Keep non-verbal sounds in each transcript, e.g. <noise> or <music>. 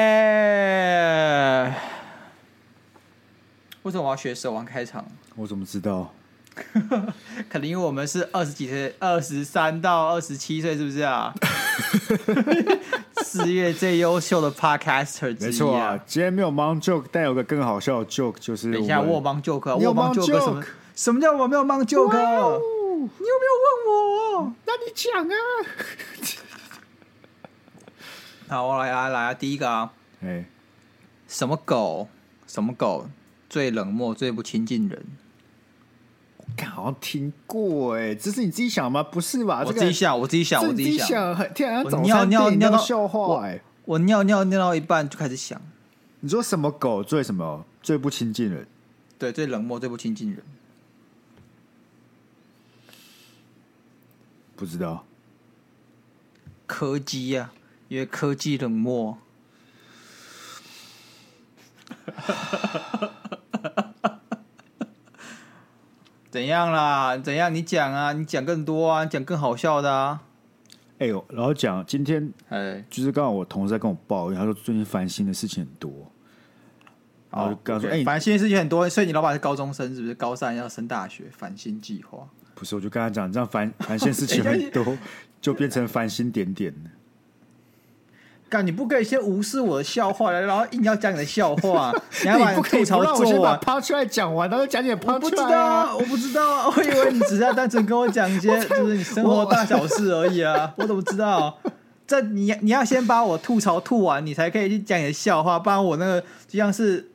耶！为什么我要学手玩开场？我怎么知道？可能因为我们是二十几岁，二十三到二十七岁，是不是 <laughs> 啊？四月最优秀的 podcaster 之一、没错啊，今天没有 mang joke，但有个更好笑的 joke，就是等一下，我们我有帮 joke，啊我你有有帮 mang joke 什么 joke？？什么叫我没有帮 joke？你有没有问我？哦那你讲啊！好，我来来来啊，第一个啊，哎，什么狗？什么狗最冷漠、最不亲近人？我看好像听过哎，这是你自己想吗？不是吧？我啊这个自己想，我自己想，这我你自自己己想。想，很天啊，我早尿餐尿店尿都到笑话哎。我尿尿尿到一半就开始想，你说什么狗最什么最不亲近人？对，最冷漠、最不亲近人。不知道。柯基呀、啊，因为柯基冷漠。 <laughs> 怎样啦？怎样？你讲啊，你讲更多啊，你讲更好笑的啊。哎呦，然后讲今天哎，就是刚好我同事在跟我抱怨，他说最近烦心的事情很多，然后好就，跟他说：“对哎、你烦心的事情很多，所以你老板是高中生，是不是？高三要升大学，烦心计划。不是，我就跟他讲，这样 <laughs> 烦烦心事哎情很多，就变成烦心点点了。干，你不可以先无视我的笑话，然后硬要讲你的笑 <laughs> 话，你要把你不可吐以不槽让我做啊先把完。抛出来讲完，然后讲点抛我不出知来、道啊。啊，我不知道啊，我以为你只是要单纯跟我讲一 <laughs> 些就是你生活大小事而已啊，我怎么知道？这你你要先把我吐槽吐完，你才可以去讲你的笑话，不然我那个就像是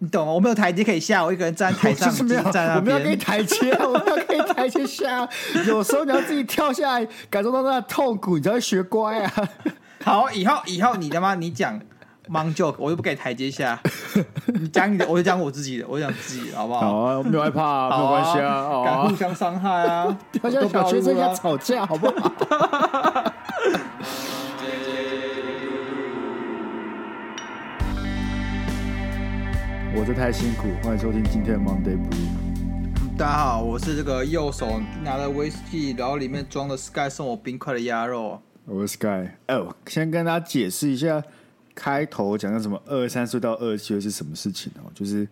你懂吗？啊我没有台阶可以下，我一个人站在台我上，就是没有，自己站在那我没有给你边。台阶啊，我没有给你台阶下 <laughs> 啊。有时候你要自己跳下来，感受到那痛苦，你才会学乖啊。好，以后以后你他妈你讲 mang joke，我就不给台阶下，你讲你的，我就讲我自己的，我就讲自己的，好不好？啊，没有害怕、啊好敢互。相伤害 <laughs> 啊！好像都小暴学生露了要啊吵架，好不好？ <laughs> 我这太辛苦，欢迎收听今天的 Monday Blue。大家好，我是这个右手拿着威士忌，然后里面装的 Sky 送我冰块的鸭肉。我是 Sky。哦，先跟大家解释一下，开头讲到什么二三岁到二七岁是什么事情哦？就是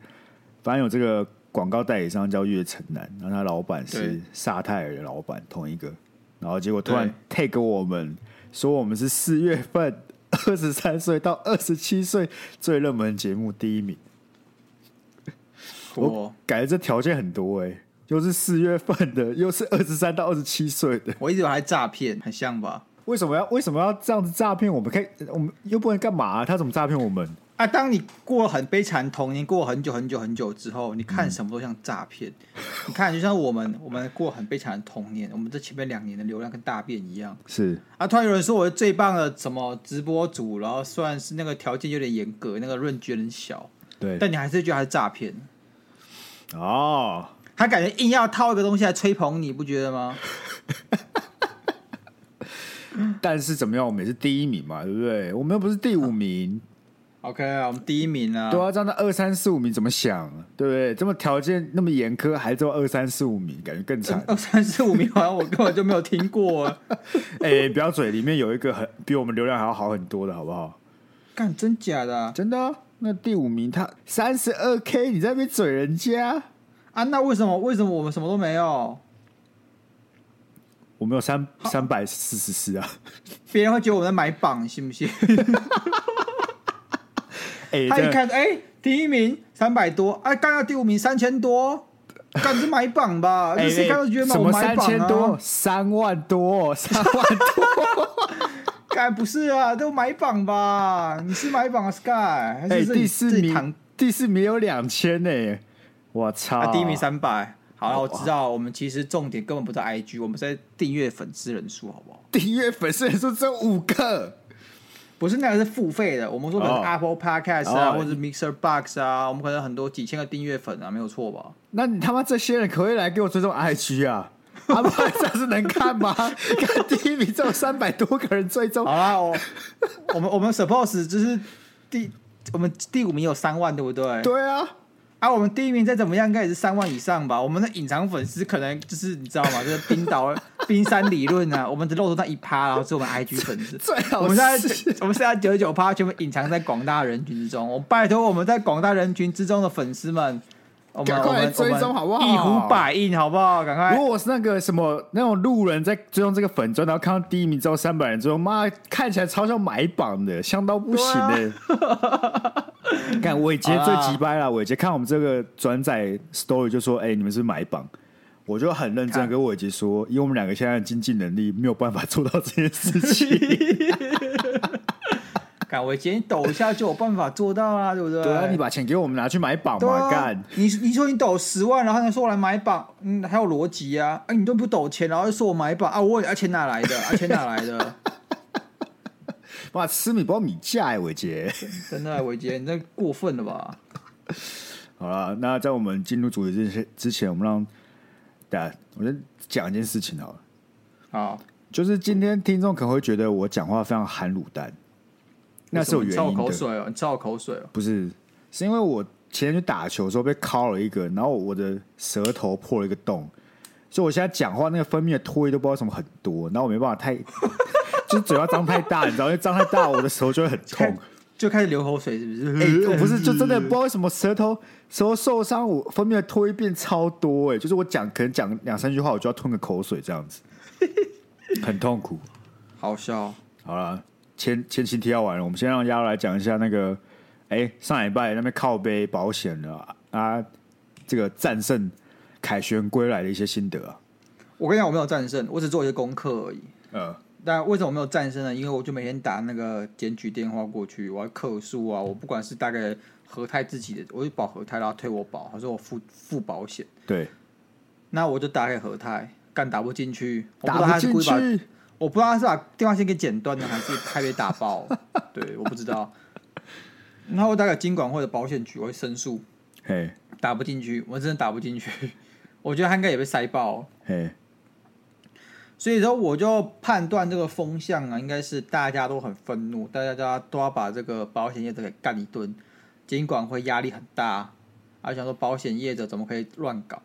反正有这个广告代理商叫岳城南，然后他老板是对萨泰尔的老板，同一个。然后结果突然对 take 我们说我们是四月份二十三岁到二十七岁最热门节目第一名。我感觉这条件很多哎、又是四月份的，又是二十三到二十七岁的，我一直以为还诈骗，很像吧？为什么要为什么要这样子诈骗我们？可以，我们又不能干嘛啊、他怎么诈骗我们？啊，当你过了很悲惨的童年，过了很久很久很久之后，你看什么都像诈骗。你看，就像我们， <laughs> 我们过了很悲惨的童年，我们这前面两年的流量跟大便一样。是啊！突然有人说我是最棒的什么直播主，然后虽然是那个条件有点严格，那个润觉很小，对但你还是觉得他是诈骗。哦，他感觉硬要套一个东西来吹捧你，不觉得吗？但是怎么样，我们也是第一名嘛，对不对？我们又不是第五名， OK 啊，我们第一名啊，。对啊，这样的二三四五名怎么想，对不对？这么条件那么严苛，还做二三四五名，感觉更惨二三四五名好像我根本就没有听过 <laughs> 啊， <laughs> 哎、不要嘴，里面有一个很比我们流量还要好很多的，好不好？干真假的啊真的啊、那第五名他三十二 K，你在那边嘴人家？啊那为什么为什么我们什么都没有？我们有三三百四十四啊！别人会觉得我们在买榜，你信不信？哎、他真一的看，哎、第一名三百多，哎、刚到第五名三千多，干这买榜吧？ <laughs> 哎这谁看到觉得什我么买三榜千多啊？、三万多、 <laughs> 三万多？干不是啊，都买榜吧？你是买榜啊，Sky？还哎、是自己第四自己躺名，第四名有两千呢！我操、啊，第一名三百。好了，哇我知道，我们其实重点根本不在 IG，我们在订阅粉丝人数，好不好？订阅粉丝人数只有五个，不是那个是付费的，我们说可能哦 Apple Podcast 啊，哦或者 Mixer Box 啊，我们可能很多几千个订阅粉啊，没有错 <laughs> 吧？那你他妈这些人可不可以来给我追踪 <laughs> IG 啊？他妈这样是能看吗？看第一名只有三百多个人追踪，好啦，我我们我们 Suppose 就是第我们第五名有三万，对不对？对啊，啊，我们第一名再怎么样，应该也是三万以上吧？我们的隐藏粉丝可能就是你知道吗？就是冰岛冰山理论啊，我们只露出那一趴，然后是我们 IG 粉丝。最 <laughs> 我好们现是在我们现在九十九趴全部隐藏在广大人群之中。我拜托我们在广大人群之中的粉丝们，我们赶我快来们我追踪好不好们一呼百应好不好？赶如快果我是那个什么那种路人在追踪这个粉砖，然后看到第一名之后三百人追踪，妈看起来超像买榜的，香到不行的、看伟杰最急掰了，伟杰看我们这个转载 story 就说：“哎、你们是不是买榜。”我就很认真地跟伟杰说，因为我们两个现在的经济能力没有办法做到这件事情。赶！我今天抖一下就有办法做到啦，对不对？对啊，你把钱给我们拿去买榜对嘛，啊干！，你你说你抖十万，然后呢说我来买榜，嗯，还有逻辑啊，哎，你都不抖钱，然后就说我买榜啊，我问你啊钱哪来的？啊钱哪来的？哇，吃米包米价哎，伟杰。真的，伟杰，你这过分了吧？好了，那在我们进入主题之前，之前我们让大家，我先讲一件事情好了。好，就是今天听众可能会觉得我讲话非常含卤蛋，那是有为原什么因你吃我口的，水哦，你吃我口水哦。不是是因为我前天去打球的时候被敲了一个，然后我的舌头破了一个洞，所以我现在讲话那个分泌的唾液都不知道为什么很多，然后我没办法太， <laughs> 就是嘴巴张太大，你知道，因为张太大我的舌头就会很 <laughs> 痛。就开始流口水，是不是？哎、我不是，就真的不知道为什么舌头舌头受伤，我分泌的唾液变超多、哎，就是我讲可能讲两三句话，我就要吞个口水这样子，很痛苦。好笑。哦好了，前前情提要完了，我们先让丫头来讲一下那个，哎、上礼拜那边靠背保险了啊，这个战胜凯旋归来的一些心得啊，我跟你讲，我没有战胜，我只做一些功课而已。呃，但为什么我没有战胜呢？因为我就每天打那个检举电话过去，我要客诉啊。我不管是大概和泰自己的，我就保和泰，然后退我保，他说我付付保险，对，那我就打给和泰，干打不进去，我不知道打他不是进故意把去，我不知道他是把电话线给剪断呢，还 <laughs> 是还被打爆？对，我不知道。然后我打给金管会的保险局，我会申诉，嘿，打不进去，我真的打不进去。我觉得他应该也被塞爆了，嘿，所以说我就判断这个风向啊，应该是大家都很愤怒，大家都要都要把这个保险业者给干一顿，尽管会压力很大，而想说保险业者怎么可以乱搞？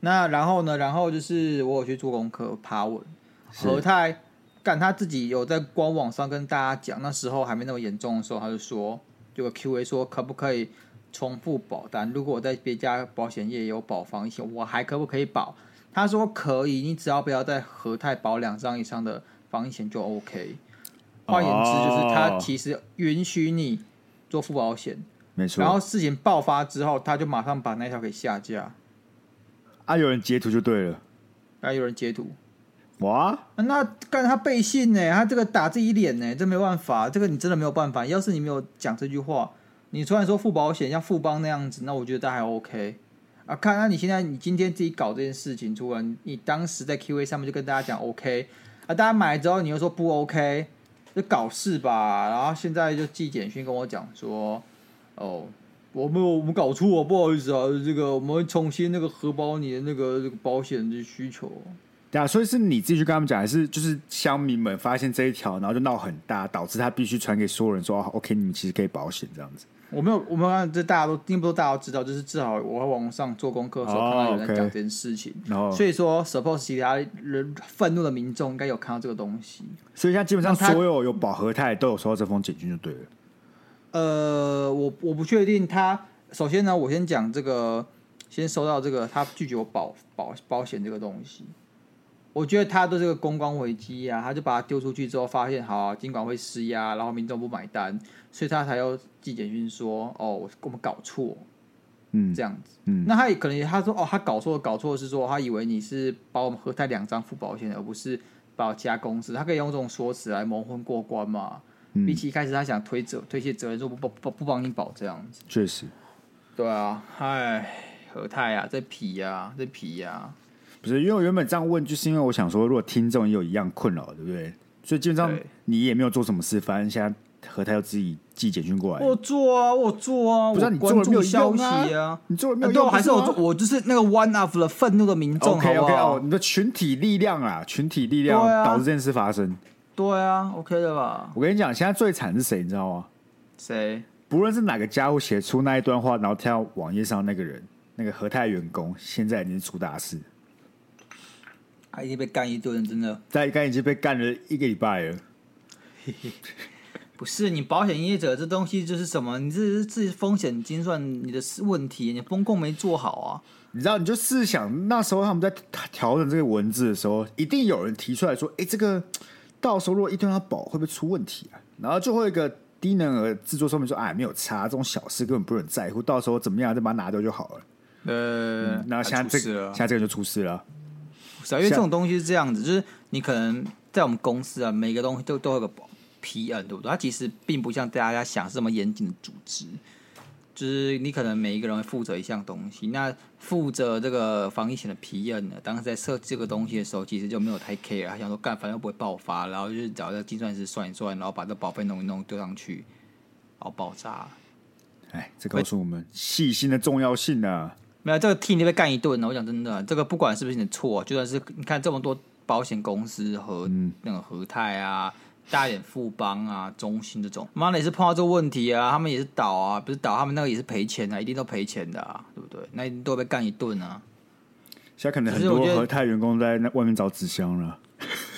那然后呢？然后就是我有去做功课爬文，是和泰干他自己有在官网上跟大家讲，那时候还没那么严重的时候，他就说有个 Q&A 说可不可以重复保单？如果我在别家保险业有保房险，我还可不可以保？他说可以，你只要不要在和泰保两张以上的房险就 OK。换言之，就是他哦其实允许你做副保险，没然后错，事情爆发之后，他就马上把那条给下架，啊，有人截图就对了，然后有人截图。哇，啊那干他背信呢、他这个打自己脸呢、这没办法，这个你真的没有办法。要是你没有讲这句话，你突然说付保险像富邦那样子，那我觉得他还 OK 啊。看，那你现在你今天自己搞这件事情出来，你你当时在 Q&A 上面就跟大家讲 OK 啊，大家买了之后你又说不 OK，就搞事吧。然后现在就寄简讯跟我讲说，哦。我们我们搞错，不好意思啊，这个我们会重新那个核保你的那个这个保险的需求。对啊，所以是你自己去跟他们讲，还是就是乡民们发现这一条，然后就闹很大，导致他必须传给所有人说、啊、，OK，你们其实可以保险这样子，我没有，我没有看，这大家都并不都大家都知道，就是至少我在网上做功课的时候哦看到有人在 OK 讲这件事情，然后，所所以以说 suppose 其他人愤怒的民众应该有看到这个东西。现在基本上那他所有有保和泰都有收到这封简讯就对了。呃，我我不确定他。首先呢，我先讲这个，先收到这个他拒绝我保保保险这个东西，我觉得他的这个公关危机啊，他就把它丢出去之后，发现好、啊，尽管会施压，然后民众不买单，所以他才要寄简讯说，哦，我我们搞错嗯这样子。嗯，那他也可能他说哦，他搞错，搞错的是说他以为你是把我们合泰两张付保险，而不是把我加公司。他可以用这种说辞来蒙混过关嘛？比起一开始他想推责推卸责任，说不不不不帮你保这样子。确实，对啊，唉，和泰啊，这皮呀、这皮啊呀、不是因为我原本这样问，就是因为我想说，如果听众也有一样困扰，对不对？所以基本上对你也没有做什么事，反正现在和泰又自己寄简讯过来，我做啊，我做啊，不是我你做关了没注有消用息啊啊。你做了啊没有对，用？我还是我不做吗我就是那个 one of 的愤怒的民众 OK 好不 OK 好哦，你的群体力量啊，群体力量对啊导致这件事发生。对啊，OK 的吧？我跟你讲，现在最惨是谁，你知道吗？谁？不论是哪个家伙写出那一段话，然后跳到网页上那个人，那个和泰员工，现在已经出大事。他啊一定被干一顿，真的在刚已经被干了一个礼拜了。不是你保险业者这东西就是什么？你这是自己风险精算你的问题，你风控没做好啊。你知道，你就试想那时候他们在调整这个文字的时候，一定有人提出来说：“哎、这个到时候如果一吨要保，会不会出问题啊？”然后就会有一个低能儿制作说明说：“哎，没有差，这种小事根本不用在乎，到时候怎么样再把它拿掉就好了。呃，然后现在出这事了现在这个就出事了。是啊，因为这种东西是这样子，就是你可能在我们公司啊，每个东西都都有个 PN，对不对？它其实并不像大家想是这么严谨的组织，就是你可能每一个人会负责一项东西。那负责这个防疫险的 PN 呢，当时在设计这个东西的时候，其实就没有太 care，他想说干，反正又不会爆发，然后就是找这个计算师算一算，然后把这保费弄一弄丢上去，然后爆炸了。哎，这告诉我们细心的重要性啊！没有这个替你被干一顿呢。我讲真的，这个不管是不是你的错，就算是你看这么多保险公司和、那个和泰啊、大眼富邦啊、中信这种，妈的也是碰到这个问题啊，他们也是倒啊，不是倒，他们那个也是赔钱啊，一定都赔钱的啊，对不对？那一定都会被干一顿啊。现在可能很可是多我觉得和泰员工在那外面找啊纸箱了。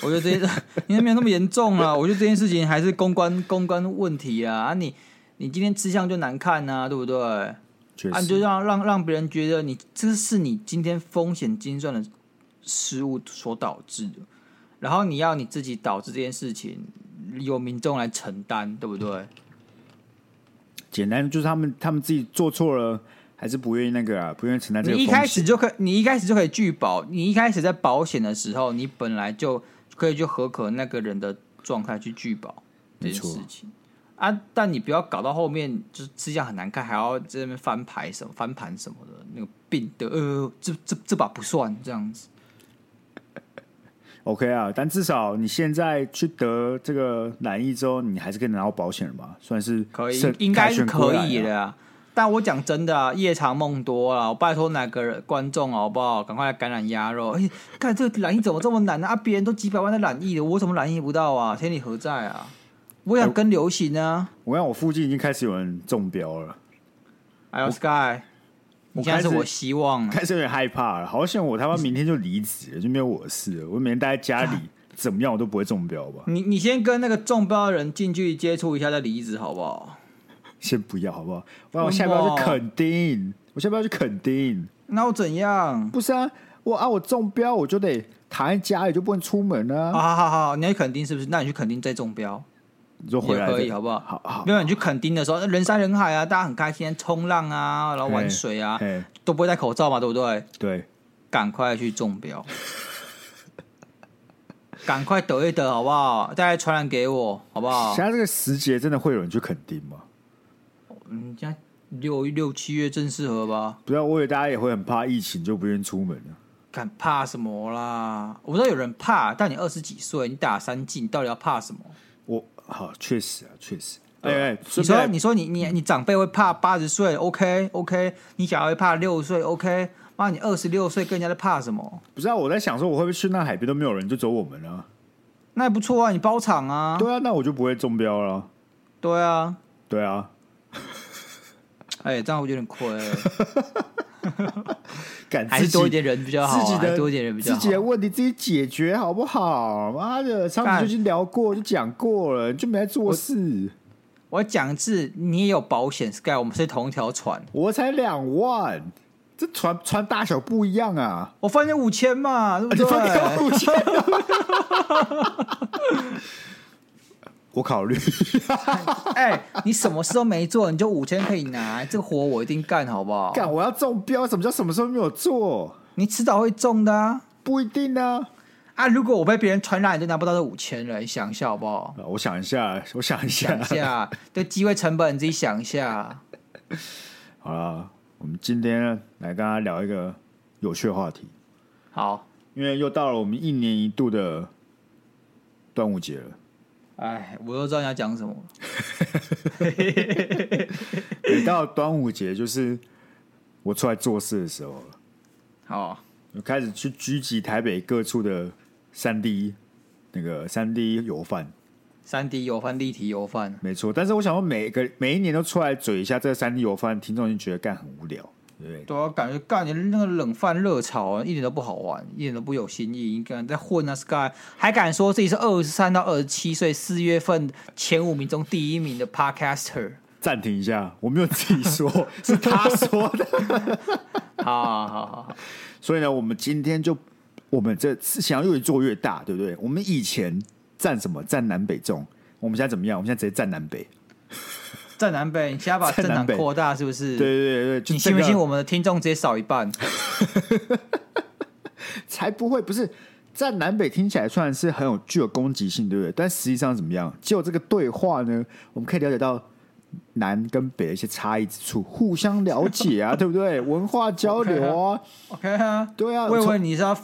我觉得这件 <laughs> 事应该没有那么严重啊。我觉得这件事情还是公关公关问题啊。啊你你今天吃相就难看啊，对不对？啊，确你就实，让让让别人觉得你这是你今天风险精算的失误所导致的，然后你要你自己导致这件事情由民众来承担，对不对？嗯简单就是他们他们自己做错了，还是不愿意那个啊，不愿意承担这个你风一险。开始就可以，你一开始就可以拒保，你一开始在保险的时候，你本来就可以去合可那个人的状态去拒保这没件错事情啊。但你不要搞到后面就是吃相很难看，还要在那边翻牌什么翻盘什么的，那个病的呃，这这这把不算这样子。 OK 啊，但至少你现在去得这个染疫之后，你还是可以拿到保险了嘛，算是可以胜，应该是凯旋归可来以啊。的啊。但我讲真的啊，夜长梦多啊，我拜托哪个人观众啊好不好，赶快来感染鸭肉！哎、看这个染疫怎么这么难呢、啊？别人都几百万在染疫的，我怎么染疫不到啊？天理何在啊？我想跟流行啊，我看我附近已经开始有人中标了，哎呦 Sky，你现在是开始我希望啊，开始有点害怕了。好险，我他妈明天就离职了，就没有我的事了。我每天待在家里，啊怎么样我都不会中标吧？你你先跟那个中标的人近距离接触一下再离职好不好？先不要好不好？不然为我什下么标去垦丁，我下标去垦丁。那我怎样？不是啊，我啊我中标我就得躺在家里，就不能出门啊，啊。好好好，你要去垦丁是不是？那你去垦丁再中标。你说回来也可以再好不好好好没有，你去垦丁的时候，人山人海啊，大家很开心，冲浪啊，然后玩水啊，哎，都不会戴口罩嘛，对不对？对，赶快去中 <laughs> 标，赶快抖一抖，好不好？再来传染给我，好不好现？在这个时节真的会有人去垦丁吗？嗯，现在六六七月正适合吧？不要，我以为大家也会很怕疫情，就不愿意出门了。敢怕什么啦？我知道有人怕，但你二十几岁，你打三剂，你到底要怕什么？我好，确实啊，确实。哎哎，你顺说，便你说你你你长辈会怕八十岁，OK OK，你小孩会怕六岁，OK，妈，你二十六岁跟人家在怕什么？不知道我在想说，我会不会去那海边都没有人，就走我们啊？那也不错啊，你包场啊，对啊，那我就不会中标了。对啊，对啊，哎、这样我有点亏， <laughs> 敢还是多一点人比较好、啊，自己还的多一点人比较自好己。的问题自己解决好不好？妈的，上干次就已经聊过，就讲过了，你就没在做事。我讲一次，你也有保险，Sky，我们是同一条船，我才两万，这船船大小不一样啊！我分你五千嘛，对不你对？分给我五千， <laughs> 我考虑。 <laughs> 哎、你什么事都没做，你就五千可以拿，这个活我一定干，好不好？干，我要中标，什么叫什么时候没有做？你迟早会中的啊！不一定啊。啊，如果我被别人传染，你就拿不到这五千了，你想一下好不好？啊我想一下，我想一下想一。下， <laughs> 这机会成本你自己想一下。好了，我们今天来跟大家聊一个有趣的话题，好，因为又到了我们一年一度的端午节了。哎，我都知道你要讲什么了。每到端午节，就是我出来做事的时候了，好，我开始去狙击台北各处的三 D 那个三 D 油贩。三 D 油饭、立体油饭，没错，但是我想说每个每一年都出来嘴一下这个三 D 油贩，听众就觉得干很无聊。对不对？对啊，感觉干你那个冷饭热炒啊，一点都不好玩，一点都不有新意。你敢在混啊，Sky 还敢说自己是二十三到二十七岁四月份前五名中第一名的 <laughs> Podcaster？暂停一下，我没有自己 <laughs> 说，是他说的。好好好好好，所以呢，我们今天就我们这想要越做越大，对不对？我们以前站什么站南北中，我们现在怎么样？我们现在直接站南北。站南北，你现在把站政党南北扩大是不是？对对对对，就你这信个不信我们的听众直接少一 <laughs> 半？才不会，不是站南北听起来虽然是很有具有攻击性，对不对？但实际上怎么样？只有这个对话呢，我们可以了解到南跟北的一些差异之处，互相了 <laughs> 解啊，对不对？文化交流啊， OK 啊，对啊我以从为你是要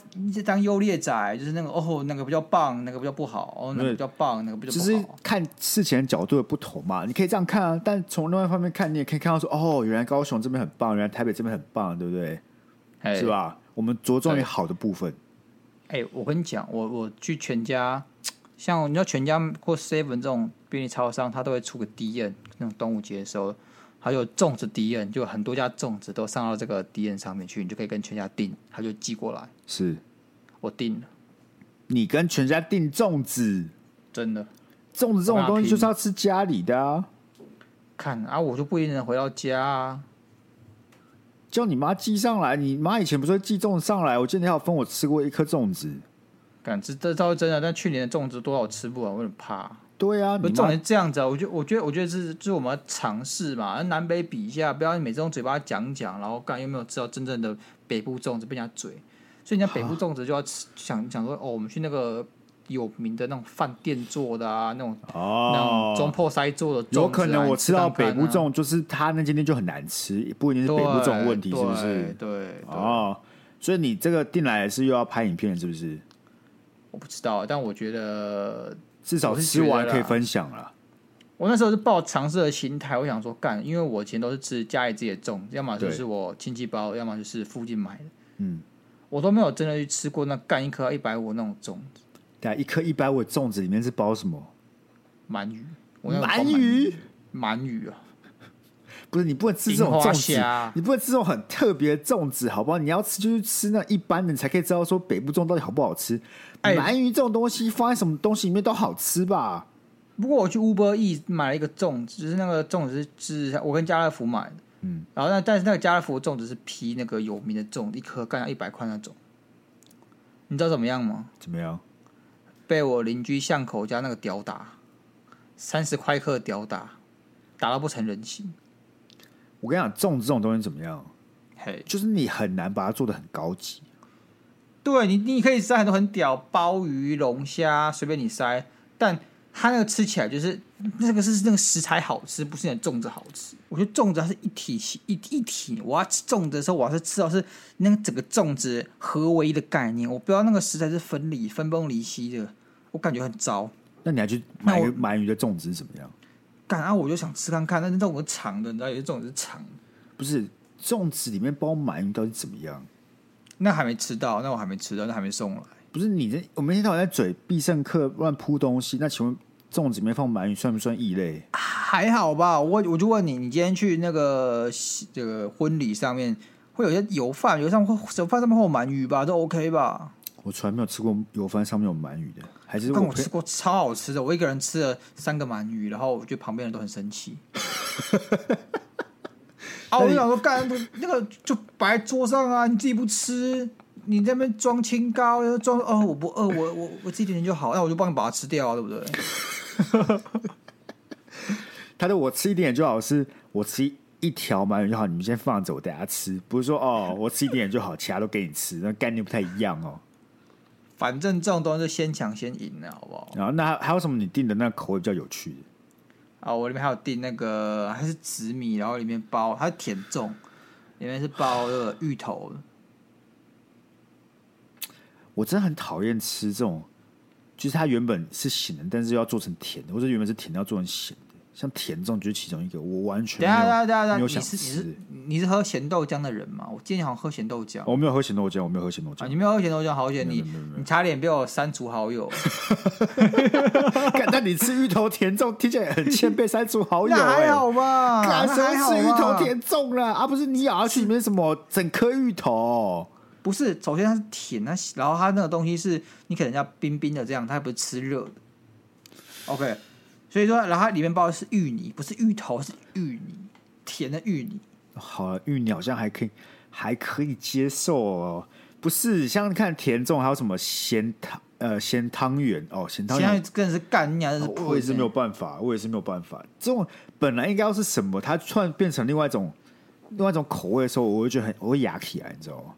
当优劣仔，就是那个哦，那个比较棒，那个比较不好，哦，那个比较棒，那个比较只不是好。看事情的角度的不同嘛。你可以这样看啊，但从另外一方面看，你也可以看到说，哦，原来高雄这边很棒，原来台北这边很棒，对不对？哎是？吧？我们着重于对好的部分，哎、我跟你讲，我我去全家，像你知道全家或 Seven 这种便利超商，它都会出个 D N，那种端午节的时候，还有粽子 D N，就有很多家粽子都上到这个 D N 上面去，你就可以跟全家订，他就寄过来，是我订了，你跟全家订粽子，真的。粽子这我种拿东西平就是要吃家里的啊。看啊，我就不一定能回到家啊。叫你妈寄上来，你妈以前不是会寄粽子上来？我记得你还有分我吃过一颗粽子。感知这倒是真的，但去年的粽子多少我吃不完，我有点怕、对啊，不你是重妈点是这样子啊，我觉得我觉得我觉得这是就是我们要尝试嘛，南北比一下，不要每次用嘴巴讲讲，然后干又没有吃到真正的北部粽子被人家嘴，所以人家北部粽子就要吃想想说哦，我们去那个有名的那种饭店做的啊，那种、那种中哦，破塞做的粽子啊、有可能我吃到北部你吃看看啊，粽，就是他那间店就很难吃，也不一定是对北部粽的问题，是不对是？对对哦，所以你这个订来是又要拍影片，是不是？我不知道，但我觉得至少我是吃觉得啊完啦可以分享了。我那时候是抱尝试的心态，我想说干，因为我以前都是吃家里自己的粽，要么就对是我亲戚包，要么就是附近买的，嗯，我都没有真的去吃过那干一颗一百五那种粽子对啊，一颗一百五的粽子里面是包什么？鳗鱼，我那个包鳗鱼？鳗鱼啊，不是你不能吃这种樱花粽子啊虾，啊你不能吃这种很特别的粽子，好不好？你要吃就是吃那一般的，你才可以知道说北部粽到底好不好吃。哎鳗鱼这种东西放在什么东西里面都好吃吧？不过我去 Uber E 买了一个粽子，就是那个粽子是是我跟家乐福买的，嗯，然后那但是那个家乐福的粽子是批那个有名的粽，一颗干要一百块那种，你知道怎么样吗？怎么样？被我邻居巷口家那个屌打，三十块一克的屌打，打到不成人形。我跟你讲，粽子这种东西怎么样？嘿，就是你很难把它做的很高级。对你，你可以塞很多很屌鲍鱼、龙虾，随便你塞，但它那个吃起来就是那个是那个食材好吃，不是你的粽子好吃。我觉得粽子它是一体系一一体，我要吃粽子的时候，我要是吃到是那个整个粽子合为一的概念，我不要那个食材是分离、分崩离析的，我感觉很糟。那你还去那买我鱼鳗鱼的粽子是怎么样？干啊，我就想吃看看，但是那种是长的，你知道有些粽子是长的，不是粽子里面包鳗鱼到底怎么样？那还没吃到，那我还没吃到，那还没送来。不是你这我们一天到晚在嘴必胜客乱铺东西，那请问粽子里面放鳗鱼算不算异类？还好吧，我我就问你，你今天去那个这个婚礼上面，会有些油饭，油上会油饭上面会有鳗鱼吧，都 OK 吧？我从来没有吃过油饭上面有鳗鱼的，还是但我朋吃过超好吃的，我一个人吃了三个鳗鱼，然后我觉得旁边人都很生气。啊，我就想说，干不那个就摆在桌上啊，你自己不吃，你在那边装清高，装哦我不饿，我我我自己点点就好，那我就帮你把它吃掉啊，对不对？他说我吃一点点就好，是我吃一条鳗鱼就好，你们先放着，我等下吃。不是说 <laughs> 哦，我吃一点点就好，其他都给你吃，那概念不太一样哦。反正这种东西就先抢先赢了，好不好？然后那还还有什么你订的那口味比较有趣的？啊，我里面还有订那个还是紫米，然后里面包它是甜粽，里面是包那个芋头的。我真的很讨厌吃这种，就是它原本是咸的，但是又要做成甜的，或者原本是甜的要做成咸的。像甜粽就是其中一个，我完全等一下，没等一有下，等一下，你是没有想你吃是你是喝咸豆浆的人吗？我今天好像喝咸豆浆哦我没有喝咸豆浆，我没有喝咸豆啊，浆你。没有喝咸豆浆，好险你没有没有没哦有你差点被我删除好 <laughs> 友。干但你吃芋头甜粽听起来很欠 <laughs> 被删除好友、那还哎好吧？干啊那谁还好会吃芋头吧甜粽啦？啊，不是你咬下去里面是什么整颗芋头，不是，首先它是甜，那然后它那个东西是你可能要冰冰的这样，它不是吃热的。OK，所以说，然后它里面包的是芋泥，不是芋头，是芋泥，甜的芋泥。好了，芋泥好像还可以，还可以接受哦。不是，像看甜粽还有什么咸汤呃咸汤圆哦，咸汤现在圆。更是干人家是哦喷欸、我也是没有办法，我也是没有办法。这种本来应该要是什么，它突然变成另外一种、另外一种口味的时候，我会觉得很我会牙起来，你知道吗？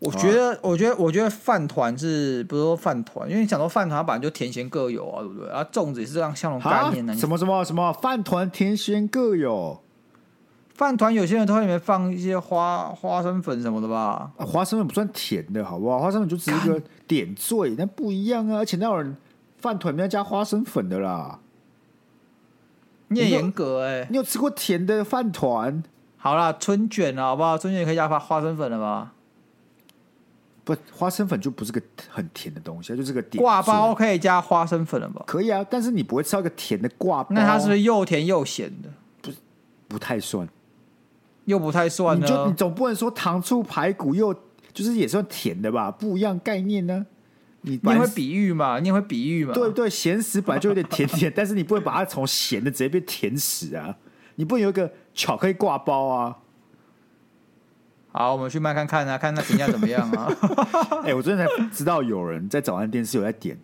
我啊觉得，我觉得，我觉得饭团是不是说饭团？因为你讲到饭团，它本来就甜咸各有啊，对不对？啊，粽子也是这样相同概啊念的、，你什么什么什么饭团甜咸各有，饭团有些人都会里面放一些花花生粉什么的吧？啊花生粉不算甜的好不好？花生粉就只是一个点缀，那不一样啊！而且那有人饭团里面要加花生粉的啦。你也你说严格哎、你有吃过甜的饭团？好啦，春卷啊了好不好？春卷也可以加花花生粉了吧？不，花生粉就不是个很甜的东西，啊它就是个点挂包缀可以加花生粉了吧？可以啊，但是你不会吃到一个甜的挂包，那它是不是又甜又咸的？不太算。又不太算你就你呢。总不能说糖醋排骨又就是也算甜的吧？不一样概念呢、你你把也会比喻嘛？你也会比喻嘛？对对，咸食本来就有点甜 <laughs> 甜，但是你不会把它从咸的直接变甜食啊！你不能有一个巧克力挂包啊！好，我们去卖看看啊，看那评价怎么样啊？ <laughs> 哎、我昨天才知道有人在早餐店是有在点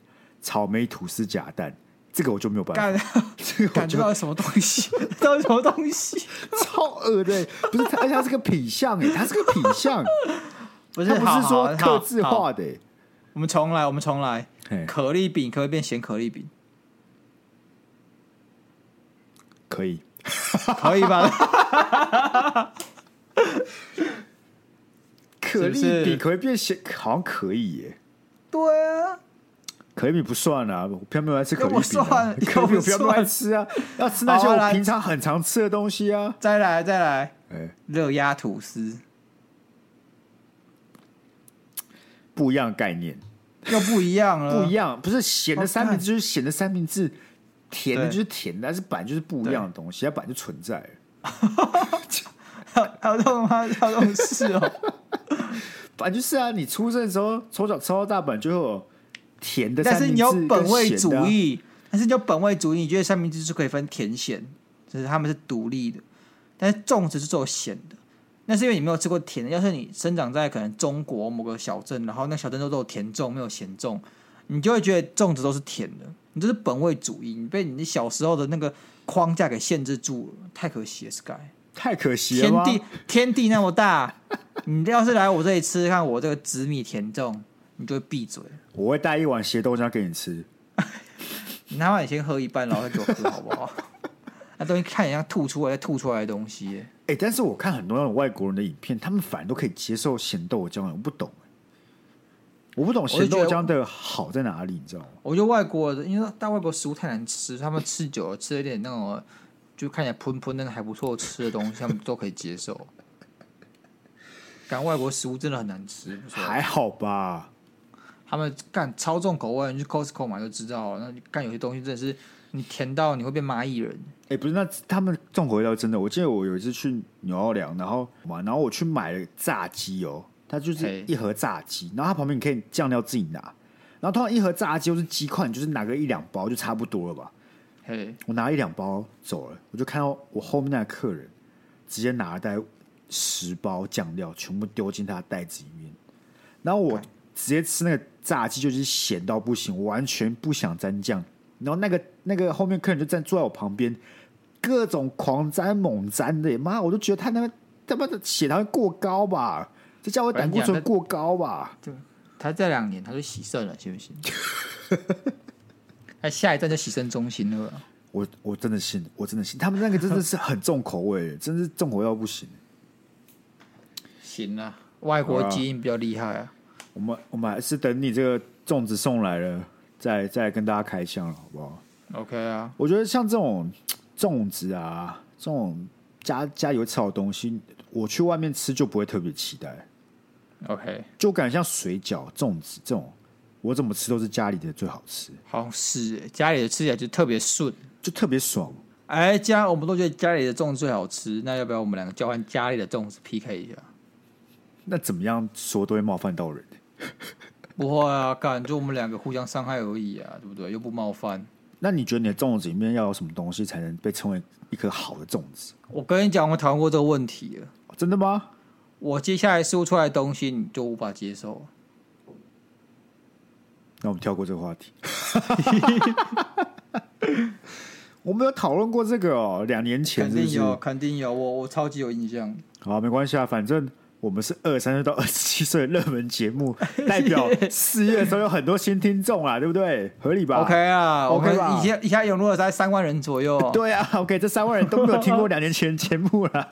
草莓吐司夹蛋，这个我就没有办法，感这个我感觉就到底什么东西？到底什么东西？超恶的、欸不是，它而且它是个品相哎、它是个品相，不它是，不好是好说好刻字好化的、欸。我们重来，我们重来。嘿可丽饼可不可以变咸可丽饼？可以，可以吧？可不丽是饼可以变咸，好像可以耶、对啊，可丽饼不算啊，我偏没有爱吃可丽又不饼、啊算，可丽饼又我不偏算没有爱吃啊，要吃那些好啊我来平常很常吃的东西啊。再来再来，哎、热压吐司不一样的概念，又不一样了，不一样，不是咸的哦三明干治就是咸的三明治，甜的对就是甜的，但是本来就是不一样的东西，它本来就存在了。还有这种还有这种事哦。反正就是啊，你出生的时候从小吃到大，本来就会有甜的但三是明你治、有本位啊主，义，但是你有本位主义，你觉得三明治是可以分甜咸，就是他们是独立的，但是粽子是只有咸的。那是因为你没有吃过甜的。要是你生长在可能中国某个小镇，然后那小镇都都有甜粽，没有咸粽，你就会觉得粽子都是甜的。你这是本位主义，你被你小时候的那个框架给限制住了，太可惜了，Sky。太可惜了天吗？地天地那么大，你要是来我这里吃看我这个紫米甜粽，你就会闭嘴。我会带一碗血豆浆给你吃，你他妈你先喝一半，然后再给我喝，好不好？那东西看起来像吐出来、再吐出来的东西耶，哎、但是我看很多那种外国人的影片，他们反而都可以接受咸豆浆，我不懂、欸我不懂就咸觉豆得浆的好在哪里，你知道吗？我觉得外国人，因为大外国食物太难吃，他们吃久了吃一点那种就看起来喷喷但是还不错吃的东西，他们都可以接受。但外国食物真的很难吃，不说还好吧，他们干超重口味，你去 Costco 买就知道了。那你干有些东西真的是你甜到你会变蚂蚁人，哎、不是，那他们重口味倒是真的。我记得我有一次去纽奥良，然后嘛，然后我去买了炸鸡哦，它就是嘿一盒炸鸡，然后它旁边你可以酱料自己拿，然后通常一盒炸鸡或是鸡块，你就是拿个一两包就差不多了吧。嘿，我拿一两包走了，我就看到我后面那个客人直接拿了大概十包酱料，全部丢进他的袋子里面，然后我直接吃那个炸鸡就是咸到不行，我完全不想沾酱。然后那个那个后面客人就站坐在我旁边，各种狂沾猛沾的，妈，我都觉得他那个他妈的血糖会过高吧，这叫我胆固醇过高吧？他这两年他就洗肾了，信不信？他下一站就洗肾中心了。我我真的信，我真的信，他们那个真的是很重口味，真是重口味到不行。行啊，外国基因比较厉害啊。我们我们还是等你这个粽子送来了，再再跟大家开箱了，好不好？ OK 啊，我觉得像这种粽子啊，这种家家里会吃好东西，我去外面吃就不会特别期待， OK，就感觉像水饺、粽子这种，我怎么吃都是家里的最好吃，好像是耶家里的吃起来就特别顺。就特别爽。哎，既然我们都觉得家里的粽子最好吃，那要不要我们两个交换家里的粽子 PK 一下？那怎么样说都会冒犯到人，不会啊，干就我们两个互相伤害而已啊，对不对？又不冒犯。那你觉得你的粽子里面要有什么东西才能被称为一颗好的粽子？我跟你讲，我们讨论过这个问题了。哦真的吗？我接下来说出来的东西，你就无法接受。那我们跳过这个话题。 <laughs> 我们有讨论过这个哦，两年前肯是不定是？有，肯定有，我我超级有印象。好，没关系啊，反正我们是二三岁到二十七岁的热门节 <laughs> 目，代表四月的时候有很多新听众啦，对不对？合理吧 OK 啊 OK 我吧们以前以前涌入了在三万人左右。对啊，OK，这三万人都没有听过两年前的节 <laughs> 目啦。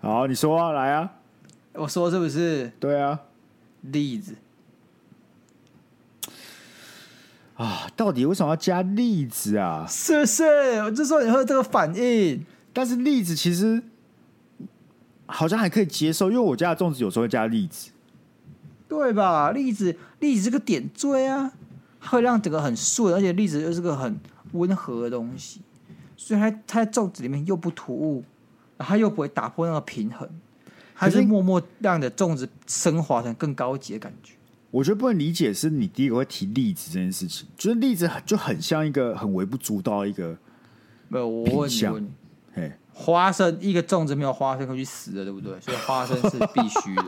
好，你说啊，来啊，我说是不是？对啊，栗子，啊，到底为什么要加栗子啊？是不是？我就说你会有这个反应。但是栗子其实好像还可以接受，因为我家的粽子有时候会加栗子。对吧？栗子，栗子这个点缀啊，它会让整个很顺，而且栗子又是个很温和的东西，所以它它在粽子里面又不突兀，然后它又不会打破那个平衡，它可是是默默让你的粽子升华成更高级的感觉。我觉得不能理解是你第一个会提栗子这件事情，就是栗子很就很像一个很微不足道的一个，没有，我品问你相问你，嘿，花生一个粽子没有花生会去死的，对不对？所以花生是必须的。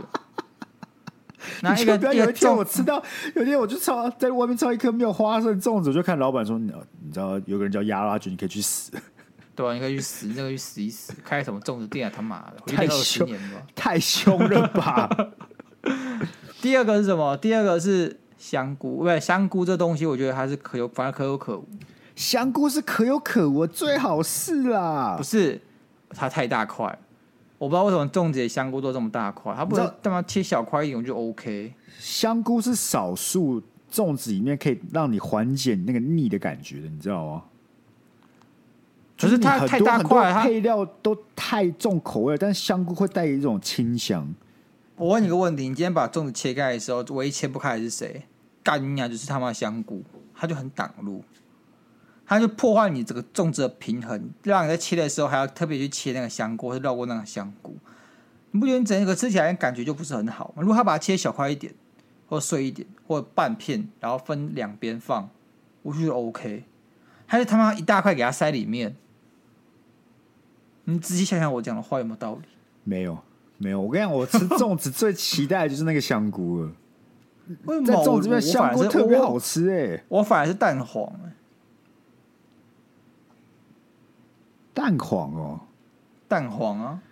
那一你个就不要一有一个天我粽吃到，有一天我就超在外面超一颗没有花生的粽子，我就看老板说，你你知道有个人叫亚拉君，你可以去死，对啊吧、你可以去死，你这个去死一死，开什么粽子店啊？他妈的，回去太练二十凶年吧。太凶了吧？第二个是什么？第二个是香菇，不是香菇这东西，我觉得还是可有，反而可有可无。 <laughs> 香菇是可有可无的最好事啦不，是它太大块，我不知道为什么粽子的香菇都这么大块，它不你能知道干嘛切小块一点，我就 OK。香菇是少数粽子里面可以让你缓解你那个腻的感觉的，你知道吗？可是它你太很多大很多块，它配料都太重口味了，但是香菇会带一种清香。我问你个问题，你今天把粽子切开的时候，唯一切不开的是谁？干呀，就是他妈香菇，它就很挡路，它就破坏你这个粽子的平衡，让你在切的时候还要特别去切那个香菇，或是绕过那个香菇。你不觉得你整个吃起来感觉就不是很好吗？如果他把它切小块一点，或碎一点，或半片，然后分两边放，我就觉得 OK。他就他妈一大块给它塞里面，你仔细想想我讲的话有没有道理？没有，没有，我跟你讲，我吃粽子最期待的就是那个香菇了，为什在么粽子里我面香菇我反而是特别我好吃哎、我反而是蛋黄、欸蛋黄哦，蛋黄啊。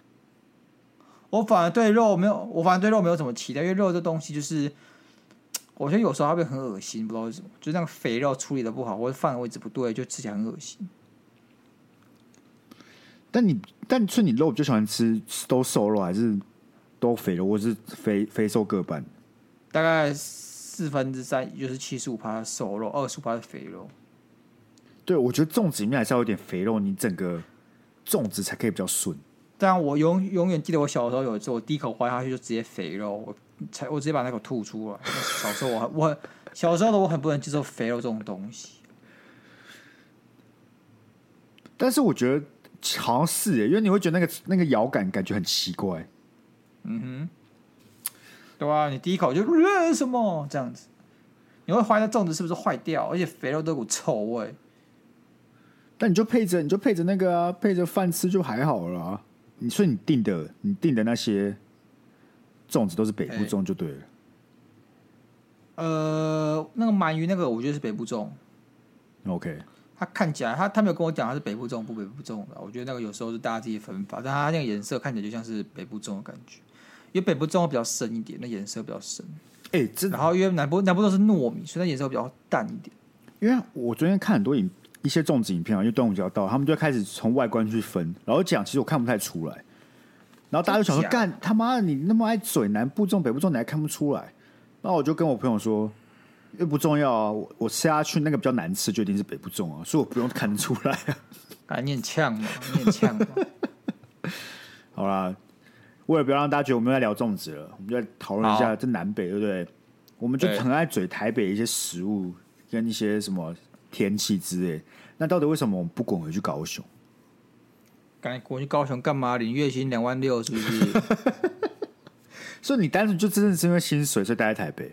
我反而对肉没有，我反而对肉没有什么期待，因为肉这东西就是，我觉得有时候它会很恶心，不知道为什么，就是那个肥肉处理的不好，或者放的位置不对，就吃起来很恶心。但你但是你肉比较喜欢吃都瘦肉还是都肥肉，或是肥肥瘦各半？大概四分之三，也就是七十五趴瘦肉，二十五趴是肥肉。对，我觉得粽子里面还是要有点肥肉，你整个粽子才可以比较顺。但我永永远记得我小时候有一次，我第一口滑下去就直接肥肉，我才我直接把那口吐出来。小时候我很我很小时候的我很不能接受肥肉这种东西。但是我觉得好像是耶，因为你会觉得那个那个咬感感觉很奇怪。对啊，你第一口就呃什么这样子，你会怀疑那粽子是不是坏掉，而且肥肉都有股臭味。但你就配着你就配着那个、啊、配着饭吃就还好了、啊。你所以你订的你订的那些粽子都是北部哎粽就对了。呃，那个鳗鱼那个，我觉得是北部粽， OK，它看起来他他没有跟我讲它是北部粽不北部粽的，我觉得那个有时候是大家自己分法，但它那个颜色看起来就像是北部粽的感觉，因为北部粽会比较深一点，那颜色比较深，哎、这然后因为南部南部都是糯米，所以那颜色会比较淡一点。因为我昨天看很多影一些粽子影片啊，因为端午节要到，他们就开始从外观去分，然后讲其实我看不太出来，然后大家就想说真假干他妈的你那么爱嘴南部粽北部粽你还看不出来，那我就跟我朋友说，又不重要啊。我我吃下去那个比较难吃，就一定是北部粽啊，所以我不用看得出来 <laughs> 啊。啊，你很呛嘛，你很呛嘛。好啦，为了不要让大家觉得我们在聊粽子了，我们就来讨论一下好这南北，对不对？我们就对很爱嘴台北一些食物跟一些什么天气之类。那到底为什么我们不滚回去高雄？赶紧滚去高雄干嘛？领月薪两万六是不是？所以你单纯就真的是因为薪水，所以待在台北？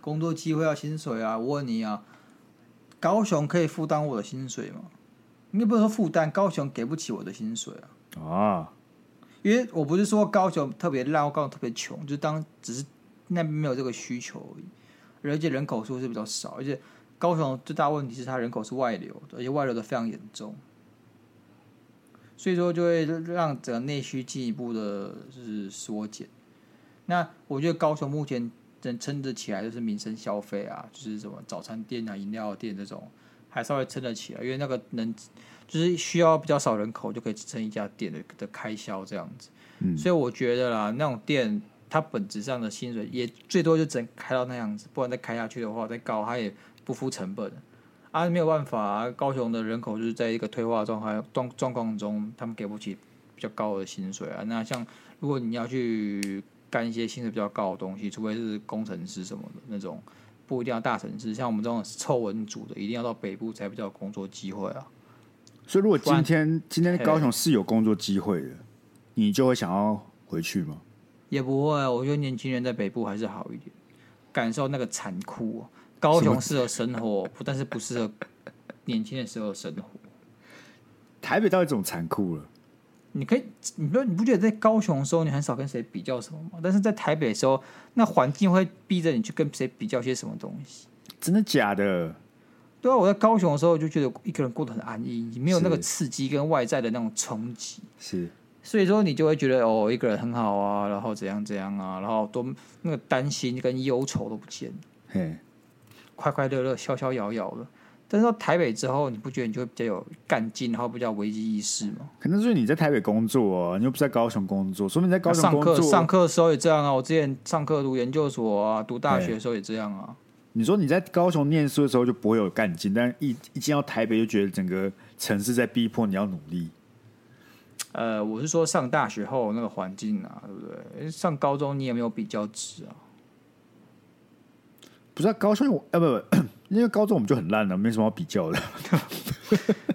工作机会要薪水啊！我问你啊，高雄可以负担我的薪水吗？应该不能说负担，高雄给不起我的薪水啊。啊，因为我不是说高雄特别烂，或高雄特别穷，就是当只是那边没有这个需求而已，而且人口数是比较少，而且高雄最大问题是它人口是外流的，而且外流的非常严重，所以说就会让整个内需进一步的就是缩减。那我觉得高雄目前能撑得起来就是民生消费啊，就是什么早餐店啊、饮料店这种，还稍微撑得起来，因为那个能就是需要比较少人口就可以支撑一家店的的开销这样子。嗯所以我觉得啦，那种店它本质上的薪水也最多就只能开到那样子，不然再开下去的话再高它也不付成本。啊，没有办法、啊，高雄的人口就是在一个退化状态状状况中，他们给不起比较高的薪水啊。那像如果你要去干一些薪水比较高的东西，除非是工程师什么的那种，不一定要大城市，像我们这种臭文组的，一定要到北部才比较有工作机会啊。所以如果不然今天今天嘿高雄是有工作机会的，你就会想要回去吗？也不会，啊我觉得年轻人在北部还是好一点，感受那个残酷、哦。高雄适合生活，不但是不适合年轻人适合生活。台北到底怎么残酷了？你可以，你不你不觉得在高雄的时候你很少跟谁比较什么吗？但是在台北的时候，那环境会逼着你去跟谁比较些什么东西。真的假的？对啊，我在高雄的时候就觉得一个人过得很安逸，你没有那个是刺激跟外在的那种冲击。是所以说你就会觉得哦，一个人很好啊，然后怎样怎样啊，然后都那个担心跟忧愁都不见了，嘿，快快乐乐、逍逍遥遥的。但是到台北之后，你不觉得你就会比较有干劲，然后比较有危机意识吗？可能是你在台北工作、啊，你又不是在高雄工作，说明你在高雄上工课作。上课的时候也这样啊，我之前上课读研究所啊，读大学的时候也这样啊。你说你在高雄念书的时候就不会有干劲，但一一进到台北就觉得整个城市在逼迫你要努力。呃，我是说上大学后那个环境啊，对不对？上高中你也没有比较值啊。不是、啊、高雄有，呃、不 <coughs> 不，因为高中我们就很烂了，没什么好比较的。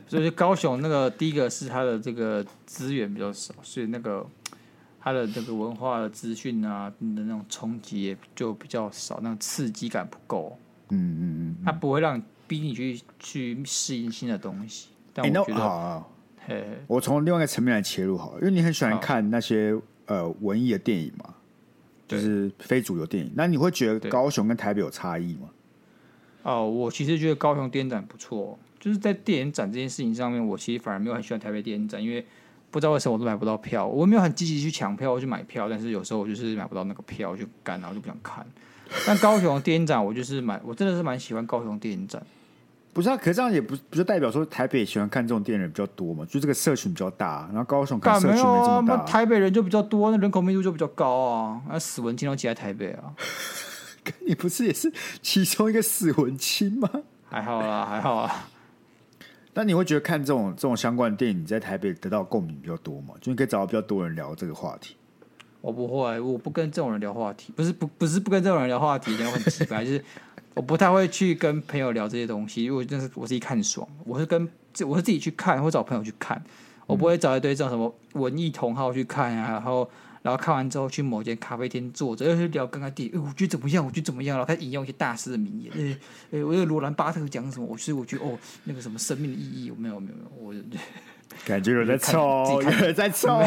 所以高雄那个第一个是它的这个资源比较少，所以那个它的这个文化的资讯啊的那种冲击也就比较少，那种刺激感不够，嗯嗯它不会让你逼你去去适应新的东西。嗯。但哎、那 <laughs> 我觉好、得，啊，嘿嘿，我从另外一个层面来切入好了，因为你很喜欢好看那些呃文艺的电影嘛，就对是非主流电影。那你会觉得对高雄跟台北有差异吗？哦，我其实觉得高雄电影展不错，哦就是在电影展这件事情上面，我其实反而没有很喜欢台北电影展，因为不知道为什么我都买不到票，我没有很积极去抢票去买票，但是有时候我就是买不到那个票，我就干，然后就不想看。但高雄电影展，我就是蛮，我真的是蛮喜欢高雄电影展。不是啊，可是这样也不不就代表说台北喜欢看这种电影的人比较多嘛？就这个社群比较大，啊然后高雄可能干社没群有没这啊？么大那啊、台北人就比较多，那人口密度就比较高啊，那死文青都挤在台北啊， <laughs> 你不是也是其中一个死文青吗？ <laughs> 还好啦，还好啊。那你会觉得看这种这种相关的电影，你在台北得到共鸣比较多吗？就你可以找到比较多人聊这个话题。我不会，我不跟这种人聊话题，不是不不是不跟这种人聊话题，聊很奇怪， <laughs> 就是我不太会去跟朋友聊这些东西，因为我真的是我自己看爽，我是跟自我是自己去看，或找朋友去看，我不会找一堆这种什么文艺同好去看啊，然后然后看完之后去某间咖啡厅坐着，又去聊刚刚电影，哎我觉得怎么样，我觉得怎么样，然后开始引用一些大师的名言，哎哎，我有罗兰巴特讲什么，我所以我觉得哦，那个什么生命的意义，我没有没有没有，我。 <laughs> 感觉有人在自臭，己有看人在臭。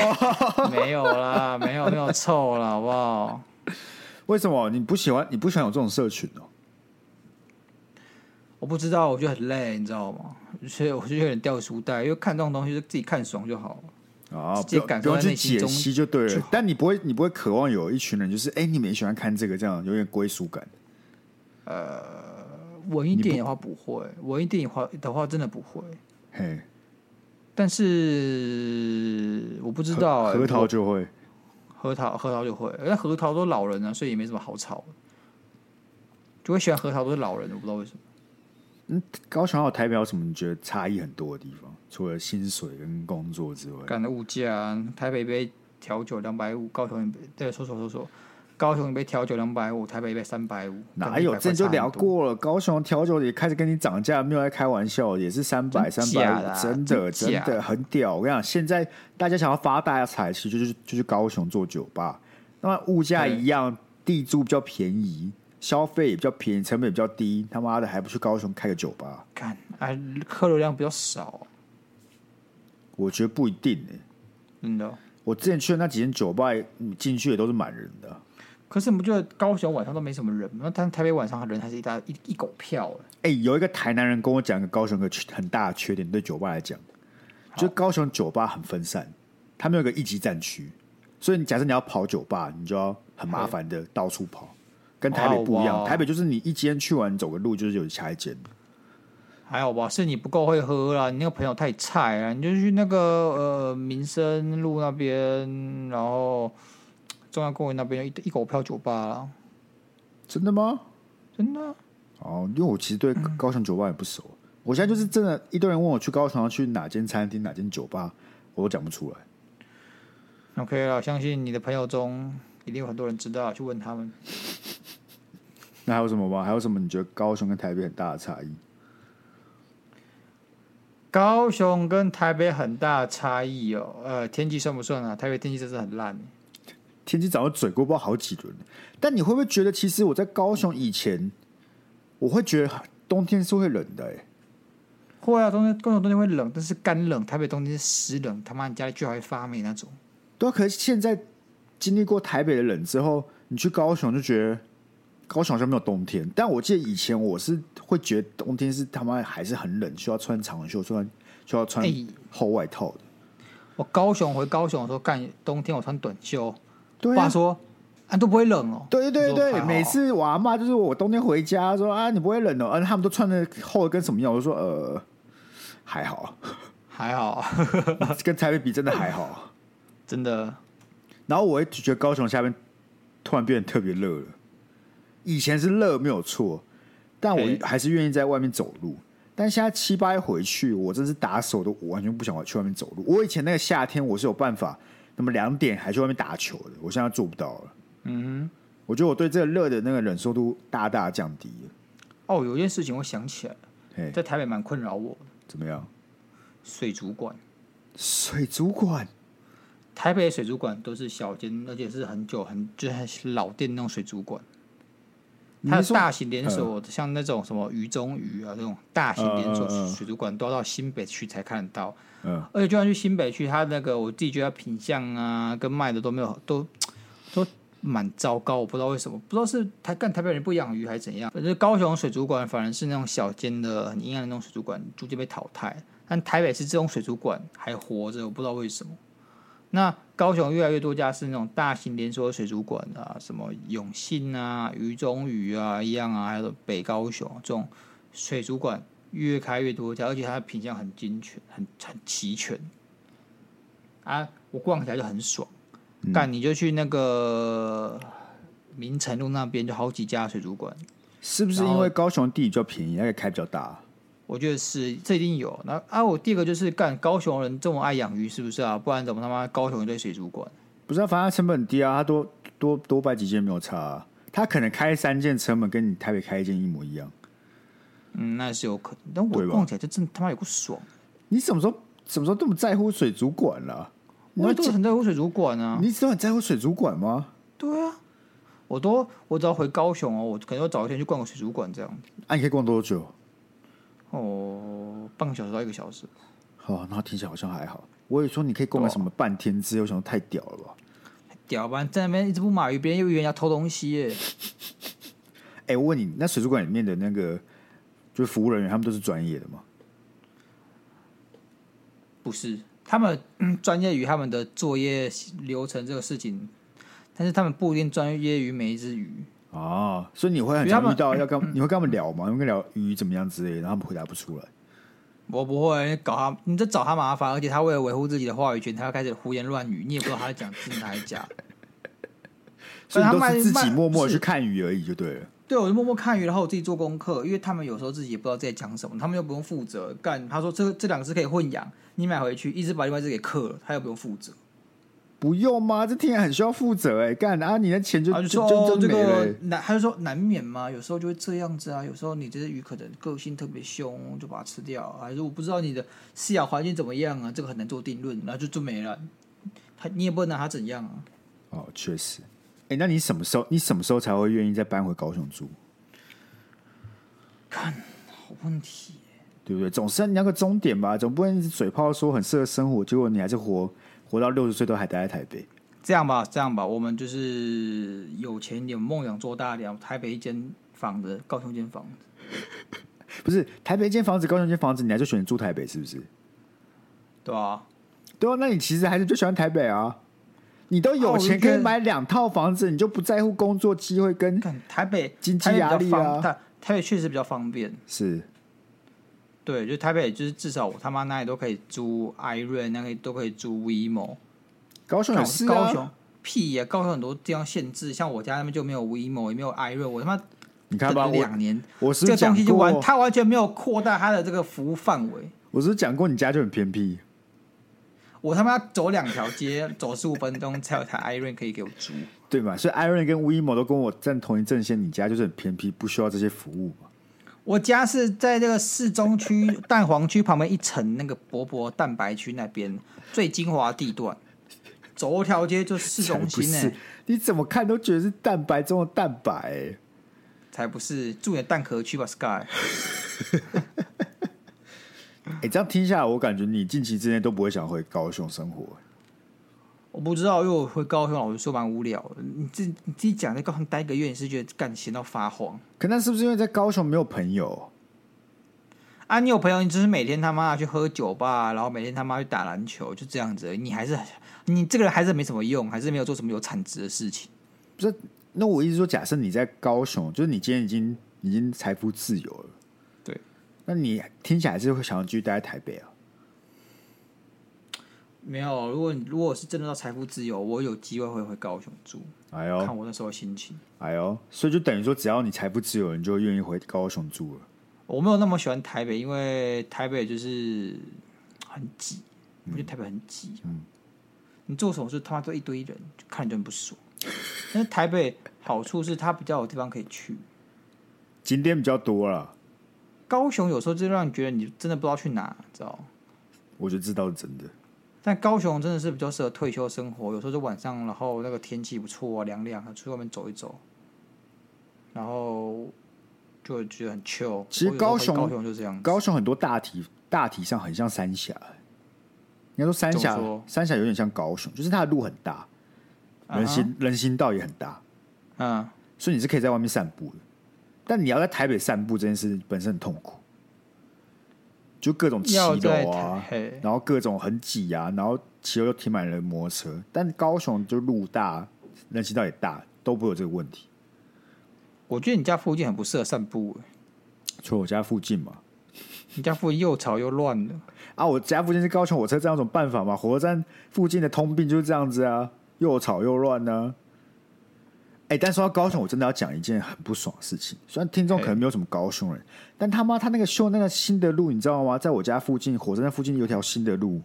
没有啦，没有没有臭了，好不好？ <laughs> 为什么你不喜欢？你不喜欢有这种社群哦？我不知道，我觉得很累，你知道吗？所以我就有点掉书袋，因为看这种东西就自己看爽就好了。啊，直不接用感不受用在去内心解中析就对就了好。但你不会，你不会渴望有一群人，就是哎、你们也喜欢看这个，这样有点归属感。文艺电影的话不会，文艺电影的话的话真的不会。嘿，但是我不知道、欸，核桃我就会。啊核桃核桃就会，那核桃都老人了、所以也没什么好吵的。就会喜欢核桃都是老人，我不知道为什么。嗯，高雄还有台北有什么你觉得差异很多的地方？除了薪水跟工作之外，干的物价、啊，台北一杯调酒两百五，高雄一杯对，说说说说，高雄一杯调酒两百五，台北一杯三百五，哪有？这就聊过了，高雄调酒也开始跟你涨价，没有在开玩笑，也是三百、三百五，真的真真假的很屌。我跟你讲，现在大家想要发大财，其实就是就是高雄做酒吧，那么物价一样，地租比较便宜，消费也比较便宜，成本也比较低，他妈的还不去高雄开个酒吧？干啊，客流量比较少，我觉得不一定诶、真的。我之前去的那几间酒吧，你进去也都是满人的。可是你不觉得高雄晚上都没什么人吗？那但台北晚上人还是一大一一狗票欸哎、有一个台南人跟我讲，个高雄有个缺很大的缺点，对酒吧来讲，就高雄酒吧很分散，他们有个一级战区，所以你假设你要跑酒吧，你就要很麻烦的到处跑，跟台北不一哦样。哇台北就是你一间去完走个路就是有下一间，还好吧，是你不够会喝啦，你那个朋友太菜啦，你就去那个呃民生路那边，然后中央公园那边一一狗票酒吧啦，真的吗？真的啊。哦，因为我其实对高雄酒吧也不熟，我现在就是真的，一堆人问我去高雄要去哪间餐厅、哪间酒吧，我都讲不出来。 OK 啦，相信你的朋友中一定有很多人知道，去问他们。那还有什么吗？还有什么你觉得高雄跟台北很大的差异？高雄跟台北很大的差异哦，呃，天气算不算啊？台北天气真是很烂欸、天气早就嘴过不知道好几轮了。但你会不会觉得，其实我在高雄以前，我会觉得冬天是会冷的、欸？会啊，冬天高雄冬天会冷，但是干冷；台北冬天是湿冷，他妈你家里居然还会发霉那种。对啊、可是现在经历过台北的冷之后，你去高雄就觉得高雄好像没有冬天。但我记得以前我是会觉得冬天是他妈还是很冷，需要穿长袖，穿需要穿哎厚外套的。我高雄回高雄的时候，干冬天我穿短袖，对爸啊。说啊都不会冷哦。对对我说对还对，好每次我阿妈就是我冬天回家说啊，你不会冷哦，啊，他们都穿的厚的跟什么样？我就说呃，还好，还好， <laughs> <laughs> 跟台北比真的还好。真的然后我会觉得高雄下面突然变得特别热了。以前是热没有错，但嘿我还是愿意在外面走路。但现在七八一回去，我真是打手都我完全不想去外面走路。我以前那个夏天我是有办法，那么两点还去外面打球的，我现在做不到了。嗯我觉得我对这个热的那个忍受度大大降低了。哦，有一件事情我想起来了，嘿，在台北蛮困扰我的，怎么样？水族馆。水主管台北的水族馆都是小间，而且是很久很就是很老店那种水族馆。你它是的说大型连锁的，像那种什么鱼中鱼啊这种大型连锁嗯嗯嗯水族馆，都要到新北区才看得到。嗯，而且就算去新北区，它那个我自己觉得它品相啊跟卖的都没有都都蛮糟糕，我不知道为什么，不知道是台干台北人不养鱼还是怎样。反正高雄水族馆反而是那种小间的很阴暗的那种水族馆，逐渐被淘汰。但台北市这种水族馆还活着，我不知道为什么。那高雄越来越多家是那种大型连锁的水族馆啊，什么永信啊、鱼中鱼啊一样啊，还有北高雄这种水族馆越开越多家，而且它的品相很精全、很很齐全啊，我逛起来就很爽。干、你就去那个明城路那边，就好几家水族馆，是不是然后因为高雄地比较便宜，那个开比较大？我觉得是这一定有。那啊，我第二个就是干高雄人这么爱养鱼，是不是啊？不然怎么他妈高雄一堆水族馆？不是、啊，反正它成本很低啊，他多多多摆几件没有差、啊，他可能开三件成本跟你台北开一件一模一样。嗯，那是有可能。但我对吧逛起来就真他妈有个爽，你什么时候什么时候这么在乎水族馆了、你我要也都很在乎水族馆啊。你都很在乎水族馆吗？对啊，我都我只要回高雄哦，我可能要早一天去逛个水族馆这样。啊，你可以逛多久？哦，半个小时到一个小时。哦，那听起来好像还好。我也说你可以逛个什么半天之，我想说太屌了吧？屌吧，在那边一直不买鱼，别人又以为人家偷东西耶。哎、我问你，那水族馆里面的那个就是服务人员，他们都是专业的吗？不是，他们嗯专业于他们的作业流程这个事情，但是他们不一定专业于每一只鱼。啊，所以你会因很为他常们遇到要嗯跟你会跟他们聊吗？你会跟聊鱼怎么样之类的，然后他们回答不出来。我不会你搞他，你在找他麻烦，而且他为了维护自己的话语权，他要开始胡言乱语，你也不知道他在讲真的还是假的。所以你反正他都卖是自己卖默默的是去看鱼而已，就对了。对，我就默默看鱼，然后我自己做功课，因为他们有时候自己也不知道自己在讲什么，他们又不用负责干。他说这这两只可以混养，你买回去，一只把另外一只给克了，他又不用负责。不用吗？这听起来很需要负责哎、干啊！你的钱就他就就说就哦就这没了个欸。难，他就说难免嘛，有时候就会这样子啊。有时候你这只鱼可能个性特别凶，就把它吃掉，啊还是我不知道你的饲养环境怎么样啊，这个很难做定论，然后就就没了。他你也不能拿它怎样啊。哦，确实。哎、那你什么时候你什么时候才会愿意再搬回高雄住？好问题，对不对？总是你要个终点吧，总不能一直嘴炮说很适合生活，结果你还是活活到六十岁都还待在台北。这样吧，这样吧，我们就是有钱一点，梦想做大一点，台北一间房子，高雄一间房子。不是台北一间房子，高雄一间房子，你还是选住台北是不是？对啊，对啊，那你其实还是最喜欢台北啊。你都啊有我就钱觉可以得买两套房子，你就不在乎工作机会跟看台北经济台北比较压力啊方台台北确实比较方便。是对，就台北，就是至少我他妈那里都可以租 i r o n 那个都可以租 VMO。高雄也是啊，高雄屁呀、高雄很多地方限制，像我家那边就没有 VMO，也没有 i r o n 我他妈你看等吧，了我两年，我是这不个是讲东西就完，过，它完全没有扩大它的这个服务范围。我是不是讲过你家就很偏僻，我他妈走两条街，走十五分钟才有台 i r o n 可以给我租。对吧？所以 Iron 跟 WeMo 都跟我站同一阵线，你家就是很偏僻，不需要这些服务嘛。我家是在这个市中区蛋黄区旁边一层那个薄薄蛋白区那边最精华地段，走一条街就市中不心欸呢、是，你怎么看都觉得是蛋白中的蛋白、欸。才不是住你的蛋壳区吧，Sky？哎、这样听下来，我感觉你近期之内都不会想回高雄生活、我不知道，因为我回高雄，老实说蛮无聊的。你自你自己讲在高雄待一个月，你是觉得干闲到发慌可那是不是因为在高雄没有朋友？啊？你有朋友，你只是每天他妈去喝酒吧，然后每天他妈去打篮球，就这样子而已。你还是你这个人还是没什么用，还是没有做什么有产值的事情。不是，那我意思说，假设你在高雄，就是你今天已经已经财富自由了，对，那你听起来还是会想要继续待在台北啊？没有，如果你如果是真的到财富自由，我有机会会回高雄住，哎看呦，我那时候心情。哎呦，所以就等于说，只要你财富自由了，你就愿意回高雄住了。我没有那么喜欢台北，因为台北就是很挤，我觉得台北很挤。嗯你做什么事他妈都一堆人，就看着就很不爽。但是台北好处是它比较有地方可以去，景点比较多了，高雄有时候就让你觉得你真的不知道去哪，知道吗？我就知道是真的。但高雄真的是比较适合退休生活，有时候就晚上，然后那个天气不错啊，凉凉的，出去外面走一走，然后就觉得很 chill。其实我有时候高雄回高雄就这样子，高雄很多大体大体上很像三峡、应该说三峡怎么说，啊三峡有点像高雄，就是它的路很大，人行、人行道也很大，嗯，所以你是可以在外面散步的。但你要在台北散步这件事本身很痛苦，就各种骑要在楼台啊，嘿然后各种很挤啊，然后骑楼又停满了摩托车。但高雄就路大，人行道也大，都不会有这个问题。我觉得你家附近很不适合散步、欸除了我家附近嘛，你家附近又吵又乱的。啊，我家附近是高雄火车站，有什么办法嘛？火车站附近的通病就是这样子啊，又吵又乱呢、哎、但说到高雄，我真的要讲一件很不爽的事情。虽然听众可能没有什么高雄人，但他妈他那个修那个新的路，你知道吗？在我家附近，火车站附近有条新的路，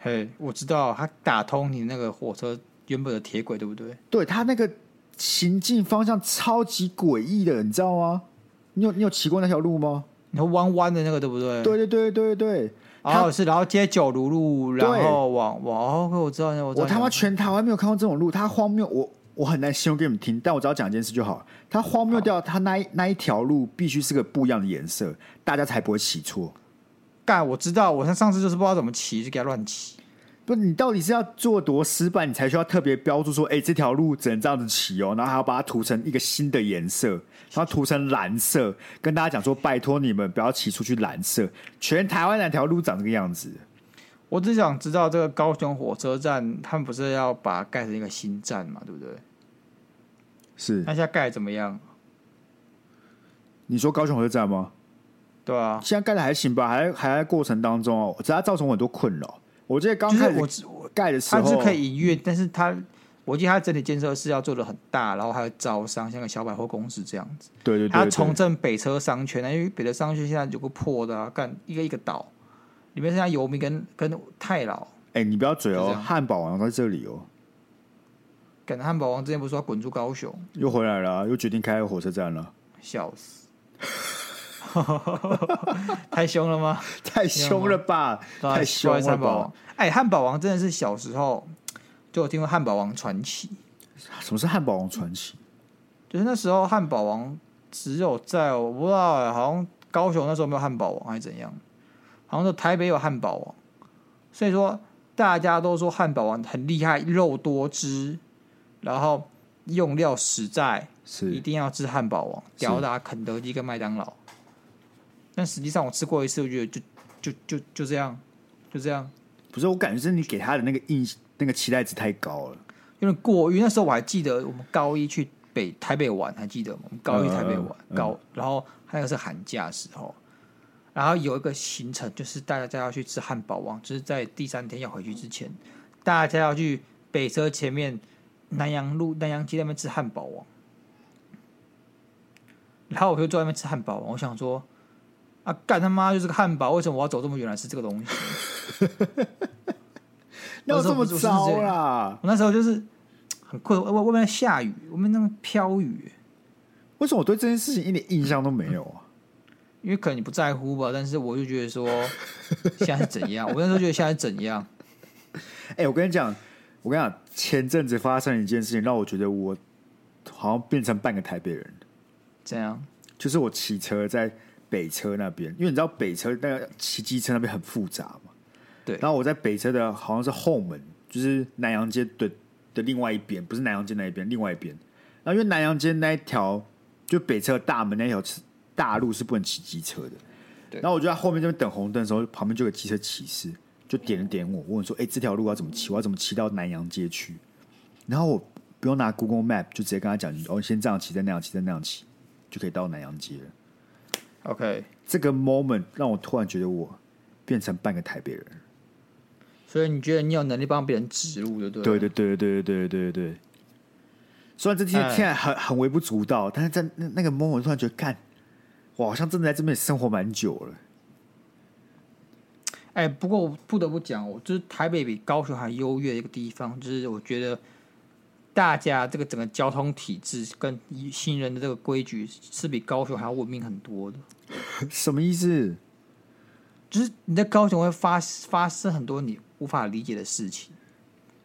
嘿，我知道它打通你那个火车原本的铁轨，对不对？对他那个行进方向超级诡异的，你知道吗？你有你有骑过那条路吗？你说弯弯的那个，对不对？。对对对对对对，然后是，然后接九如路，然对后往往哦，我知道，我知道。我他妈全台湾没有看过这种路，它荒谬，我我很难形容给你们听，但我只要讲一件事就好，它荒谬掉，它那一那一条路必须是个不一样的颜色，大家才不会骑错。干，我知道，我上上次就是不知道怎么骑，就给它乱骑。不，你到底是要做多失败，你才需要特别标注说，哎、这条路只能这样子骑哦，然后还要把它涂成一个新的颜色，然后涂成蓝色，跟大家讲说，拜托你们不要骑出去蓝色，全台湾哪条路长这个样子？我只想知道这个高雄火车站，他们不是要把它盖成一个新站嘛，对不对？是那现在盖得怎么样？你说高雄火车站吗？对啊，现在盖的还行吧，还还在过程当中哦，只是它造成我很多困扰。我记得刚就是开始我只我盖的时它候，嗯是可以营运，但是它我记得它整体建设是要做的很大，然后还有招商，像个小百货公司这样子。对对对它对重振北车商圈，因为北车商圈现在有个破的啊，干一个一个倒，里面剩下游民跟跟太老。哎、你不要嘴就这哦，样汉堡王在这里哦，感觉汉堡王之前不是说要滚出高雄，又回来了啊、又决定开火车站啊了，笑死！ <laughs> 太凶了吗？太凶了吧，啊太凶汉了堡吧王！。哎，汉堡王真的是小时候就有听过汉堡王传奇，什么是汉堡王传奇？就是那时候汉堡王只有在我不知道、哎，好像高雄那时候没有汉堡王还是怎样，好像说台北有汉堡王，所以说大家都说汉堡王很厉害，肉多汁，然后用料实在，一是定要吃汉堡王，是吊打肯德基跟麦当劳。但实际上我吃过一次，我觉得就就就就这样，就这样，不是？我感觉是你给他的那个印那个期待值太高了。有点过于。那时候我还记得我们高一去北台北玩，还记得吗？我们高一嗯台北玩，嗯嗯高，然后还有是寒假的时候，然后有一个行程就是大家要去吃汉堡王，就是在第三天要回去之前，大家要去北车前面南洋路南洋街那边吃汉堡王。然后我就坐在那边吃汉堡王，我想说，啊，干他妈就是个汉堡，为什么我要走这么远来吃这个东西？那有我是这么我是这糟啦？我那时候就是很困，外外面在下雨，外面那个飘雨、为什么我对这件事情一点印象都没有啊？因为可能你不在乎吧，但是我就觉得 <laughs> 说现在是怎样，我那时候觉得现在是怎样，哎、我跟你讲，我跟你讲，前阵子发生了一件事情，让我觉得我好像变成半个台北人。怎样，就是我骑车在北车那边，因为你知道北车那个骑机车那边很复杂嘛。对然后我在北车的好像是后门，就是南洋街的的另外一边，不是南洋街那一边，另外一边。然后因为南洋街那一条，就北车大门那条是大路是不能骑机车的。对然后我就在后面这边等红灯的时候，旁边就有个机车骑士，就点了点我，问说：“哎、这条路要怎么骑？我要怎么骑到南洋街去？”然后我不用拿 Google Map，就直接跟他讲：“哦，先这样骑，再那样骑，再那样骑，就可以到南洋街了。” OK，这个 moment 让我突然觉得我变成半个台北人。所以你觉得你有能力帮别人指路，对不对对？对对对对对对对对。虽然这听哎听起来很很微不足道，但是在那那个 moment 突然觉得，干，我好像真的在这边生活蛮久了。哎、不过我不得不讲，我就是台北比高雄还优越的一个地方，就是我觉得大家这个整个交通体制跟新人的这个规矩是比高雄还要文明很多的。什么意思？就是你在高雄会发发生很多你无法理解的事情。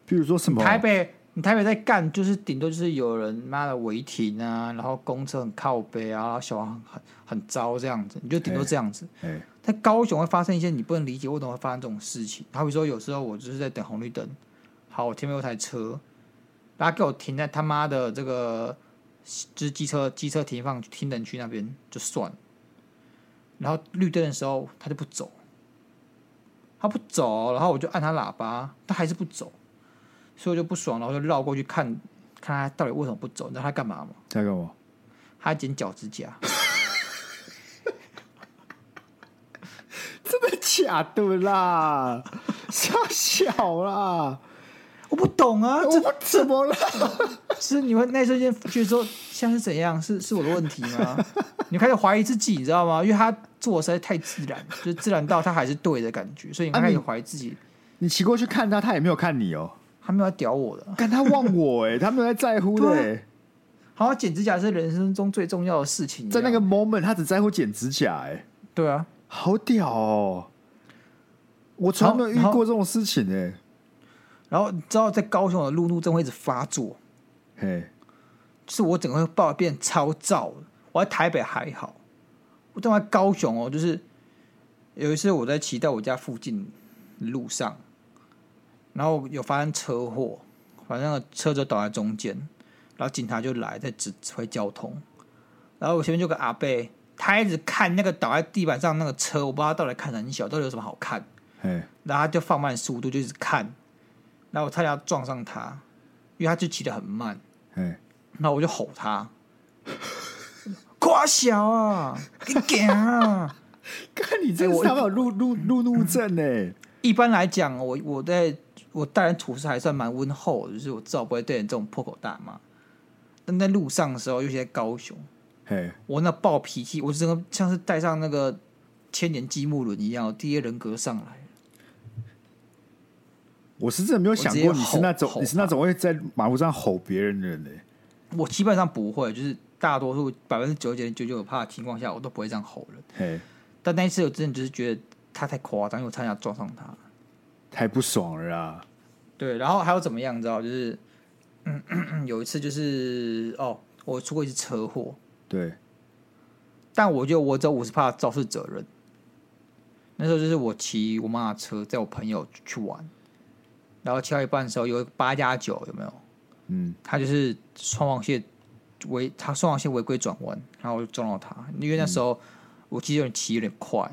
比如说什么？台北，你台北在干，就是顶多就是有人妈的违停啊，然后公车很靠北啊，然后小黄很很糟这样子，你就顶多这样子。哎，在高雄会发生一些你不能理解为什么会发生这种事情，好比说有时候我就是在等红绿灯，好，我前面有台车，然后他给我停在他妈的这个就是机车机车停放停等区那边就算了，然后绿灯的时候他就不走，他不走，然后我就按他喇叭，他还是不走，所以我就不爽，然后就绕过去看看他到底为什么不走，你知道他干嘛吗？在干嘛？他剪脚趾甲。真的假的 <laughs> 啦？笑小啦？我不懂啊，这我怎么了？是你会那一瞬间觉得说现在是怎样？是是我的问题吗？ <laughs> 你开始怀疑自己，你知道吗？因为他做的实在太自然，就是自然到他还是对的感觉，所以你啊开始你怀疑自己，你骑过去看他，他也没有看你哦、他没有要屌我的。干他忘我哎、他没有在在乎的、对欸。好像剪指甲是人生中最重要的事情一样，在那个 moment，他只在乎剪指甲、欸，哎，对啊，好屌哦！我从来没有遇然后过这种事情哎、然后你知道在高雄的路怒症会一直发作，嘿，就是我整个会爆变超燥的。我在台北还好，我在高雄哦，就是有一次我在骑到我家附近的路上，然后有发生车祸，反正那个车子倒在中间，然后警察就来在指指挥交通，然后我前面就有个阿伯，他一直看那个倒在地板上那个车，我不知道他到底看很小，到底有什么好看。嘿，然后他就放慢速度，就一直看，然后我差点要撞上他，因为他就骑得很慢，嘿，然后我就吼他，瓜小啊，你敢啊！看你这个哎我欸是他们有路路路怒症哎、一般来讲，我我在我待人处事还算蛮温厚的，就是我至少不会对人这种破口大骂。但在路上的时候，尤其在高雄，嘿，我那暴脾气，我真的像是带上那个千年积木轮一样，我第一人格上来。我是真的没有想我过直接你吼是那种吼你是那种会在马路上吼别人的人欸嘞、我基本上不会，就是大多数百分之九十九点九九趴的情况下，我都不会这样吼人。嘿，但那一次，我真的就是觉得他太夸张，因为我差点要撞上他。太不爽了啊啦！对，然后还有怎么样，你知道？就是，嗯嗯嗯，有一次就是哦，我出过一次车祸，对，但我觉得我只有五十趴肇事责任。那时候就是我骑我妈的车，载我朋友去玩，然后骑到一半的时候，有一个八加九，有没有？嗯，他就是双黄线违，他双黄线违规转弯，然后我就撞到他。因为那时候、我其实有点骑有点快，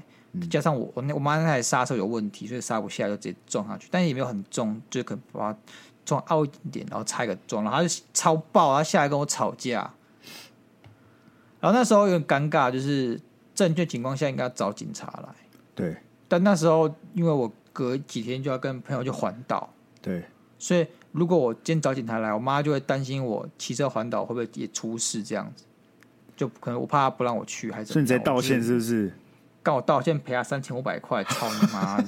加上我我那我妈那台刹车有问题，所以刹不下，就直接撞上去，但也没有很重，就可能把他撞凹一点点，然后差一个撞，然后他就超爆，他下来跟我吵架。然后那时候有点尴尬，就是正确情况下应该要找警察来，对但那时候因为我隔几天就要跟朋友去环岛，对，所以如果我今天找警察来，我妈就会担心我骑车环岛会不会也出事这样子，就可能我怕她不让我去，还是所以你在道歉是是不是？跟我道歉赔她三千五百块，操你妈的！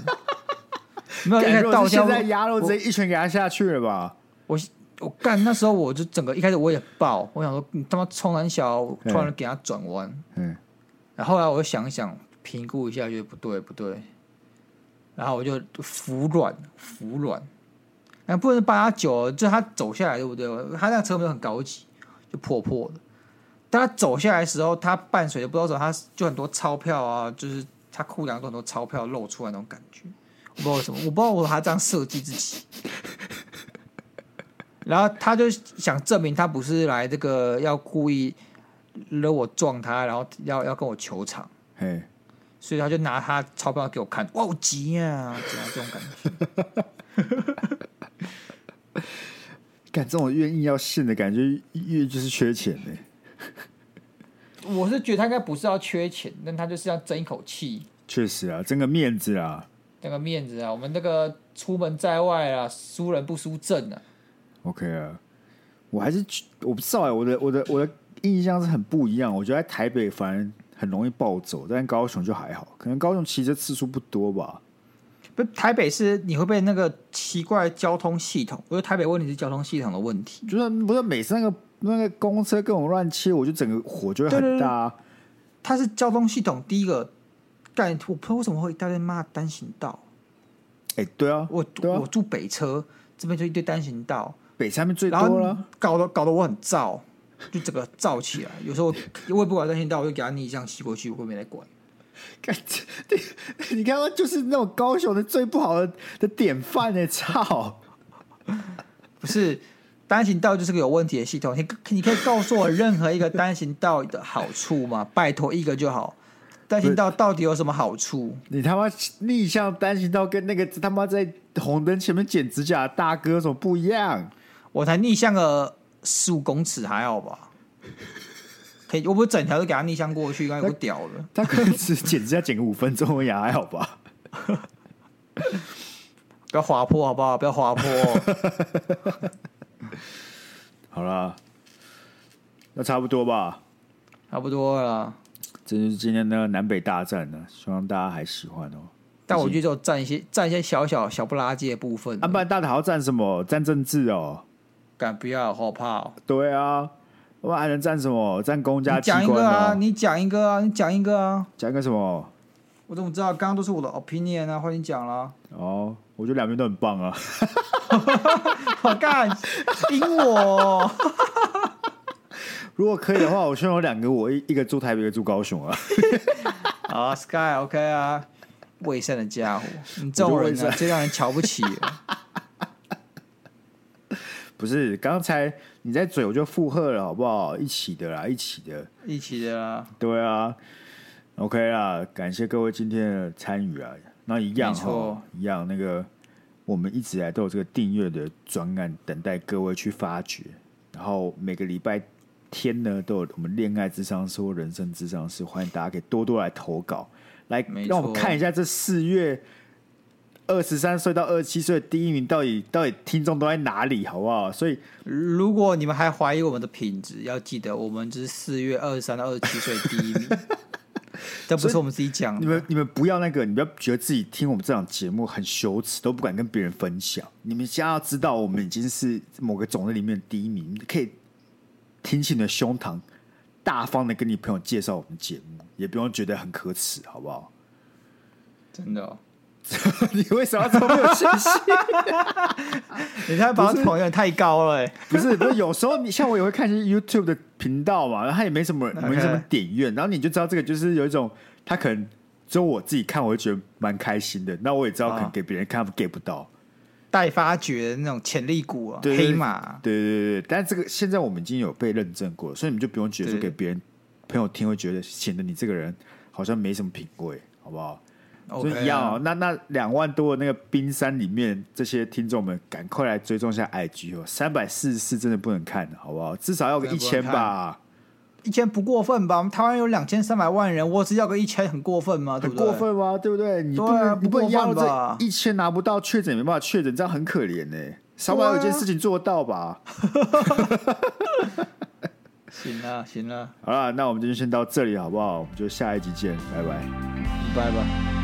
<laughs> 没有一感开觉始道歉现，在鸭肉我直接一拳给他下去了吧？我我干那时候我就整个一开始我也爆，我想说你他妈冲很小，我突然给他转弯，嗯，然后后来我就想一想评估一下，觉得不对不对，然后我就服软服软，那不能八加九，就是他走下来对不对？他那个车没有很高级，就破破的。但他走下来的时候，他伴随着不知道怎么，他就很多钞票啊，就是他裤裆都很多钞票露出来那种感觉，我不知道为什么，我不知道我还这样设计自己。然后他就想证明他不是来这个要故意惹我撞他，然后要要跟我求偿，嘿，所以他就拿他钞票给我看，哇，好急啊，怎样这种感觉？干这种愿意要信的感觉，越就是缺钱欸呢、 <laughs> 我是觉得他应该不是要缺钱，但他就是要争一口气，确实啊，争个面子啊，那个面子啊，我们那个出门在外啊，输人不输阵啊。 OK 啊，我还是去我不知道哎、我的我的我的印象是很不一样。我觉得在台北反而很容易暴走，但高雄就还好，可能高雄骑车次数不多吧。不，台北是你会被那个奇怪的交通系统，我觉得台北问题是交通系统的问题。就是不是每次那个那个公车跟我乱切，我就整个火就会很大、啊。它是交通系统第一个，干我不知道为什么会一大堆骂单行道，哎、对啊，我、对啊我，住北车这边就一堆单行道，北上面最然后多了。搞得搞得我很燥，就整个燥起来。有时候我我也不管担心到，我就给他逆向吸过去，我根本没来管。看，这你看到就是那种高雄的最不好的的典范哎、操！不是单行道就是个有问题的系统，你你可以告诉我任何一个单行道的好处吗？ <laughs> 拜托一个就好。单行道到底有什么好处？你他妈逆向单行道跟那个他妈在红灯前面剪指甲的大哥有什么不一样？我才逆向个十五公尺还好吧？可以，我不是整条都给他逆向过去，应该不屌了。他可能只剪指甲剪个五分钟而已啊，还好吧？不要滑坡好不好？不要滑坡。 <laughs> 好啦，那差不多吧。差不多了，这就是今天的南北大战呢，希望大家还喜欢哦。但我觉得就占一些占一些小小小不拉几的部分。安啊不然大家还要战什么？战政治哦？敢不要，好怕哦。对啊，我们还能战什么？战公家你机讲关一个啊，哦？你讲一个啊，你讲一个啊。讲一个什么？我怎么知道？刚刚都是我的 opinion 啊，换你讲了。 <laughs> 哦，我觉得两边都很棒啊。我干，赢我！如果可以的话，我希望有两个我，一一个住台北，一个住高雄啊。好啊，Sky OK 啊，卫生的家伙，你这种人我就卫呢、最让人瞧不起了。不是，刚才你在嘴我就附和了，好不好？一起的啦，一起的。一起的啦，对啊，OK 啦，感谢各位今天的参与啊。那一样没错哈，一样那个，我们一直以来都有这个订阅的专案等待各位去发掘。然后每个礼拜天呢，都有我们恋爱智商说、人生智商是，欢迎大家可以多多来投稿，来没错让我们看一下这四月二十三岁到二十七岁的第一名到底到底听众都在哪里，好不好？所以如果你们还怀疑我们的品质，要记得我们是四月二十三到二十七岁第一名，但不是我们自己讲你的。们你们不要那个，你不要觉得自己听我们这档节目很羞耻，都不敢跟别人分享。你们现在要知道，我们已经是某个种类里面的第一名，你可以挺起你的胸膛，大方的跟你朋友介绍我们节目，也不用觉得很可耻，好不 <laughs> 好？真的、哦，你为什么要这么没有信心？你太把不是捧有点太高了、欸，不是，不是，有时候你像我也会看一些 YouTube 的频道嘛，然后他也没 <laughs> 什么 OK 没什么点阅，然后你就知道这个就是有一种他可能只有我自己看，我会觉得蛮开心的。那我也知道可能啊给别人看他们 get 不到，待发掘的那种潜力股啊，对对黑马。对对对对。但这个现在我们已经有被认证过了，所以你们就不用觉得说对给别人朋友听会觉得显得你这个人好像没什么品味，好不好？所 OK，以啊一样哦。那那两万多的那个冰山里面，这些听众们赶快来追踪一下 IG 哦，三百四十四真的不能看，好不好？至少要个一真的不千能看吧。一千不过分吧？我们台湾有两千三百万人，我只要个一千很过分吗？对很不对过。分吗？对不对？你不对能、啊你不能不过压分到吧这一千拿不到确诊，也没办法确诊，这样很可怜呢、少对把啊有件事情做到吧。行啊了行了，好了，那我们今天先到这里好不好？我们就下一集见，拜拜。拜拜。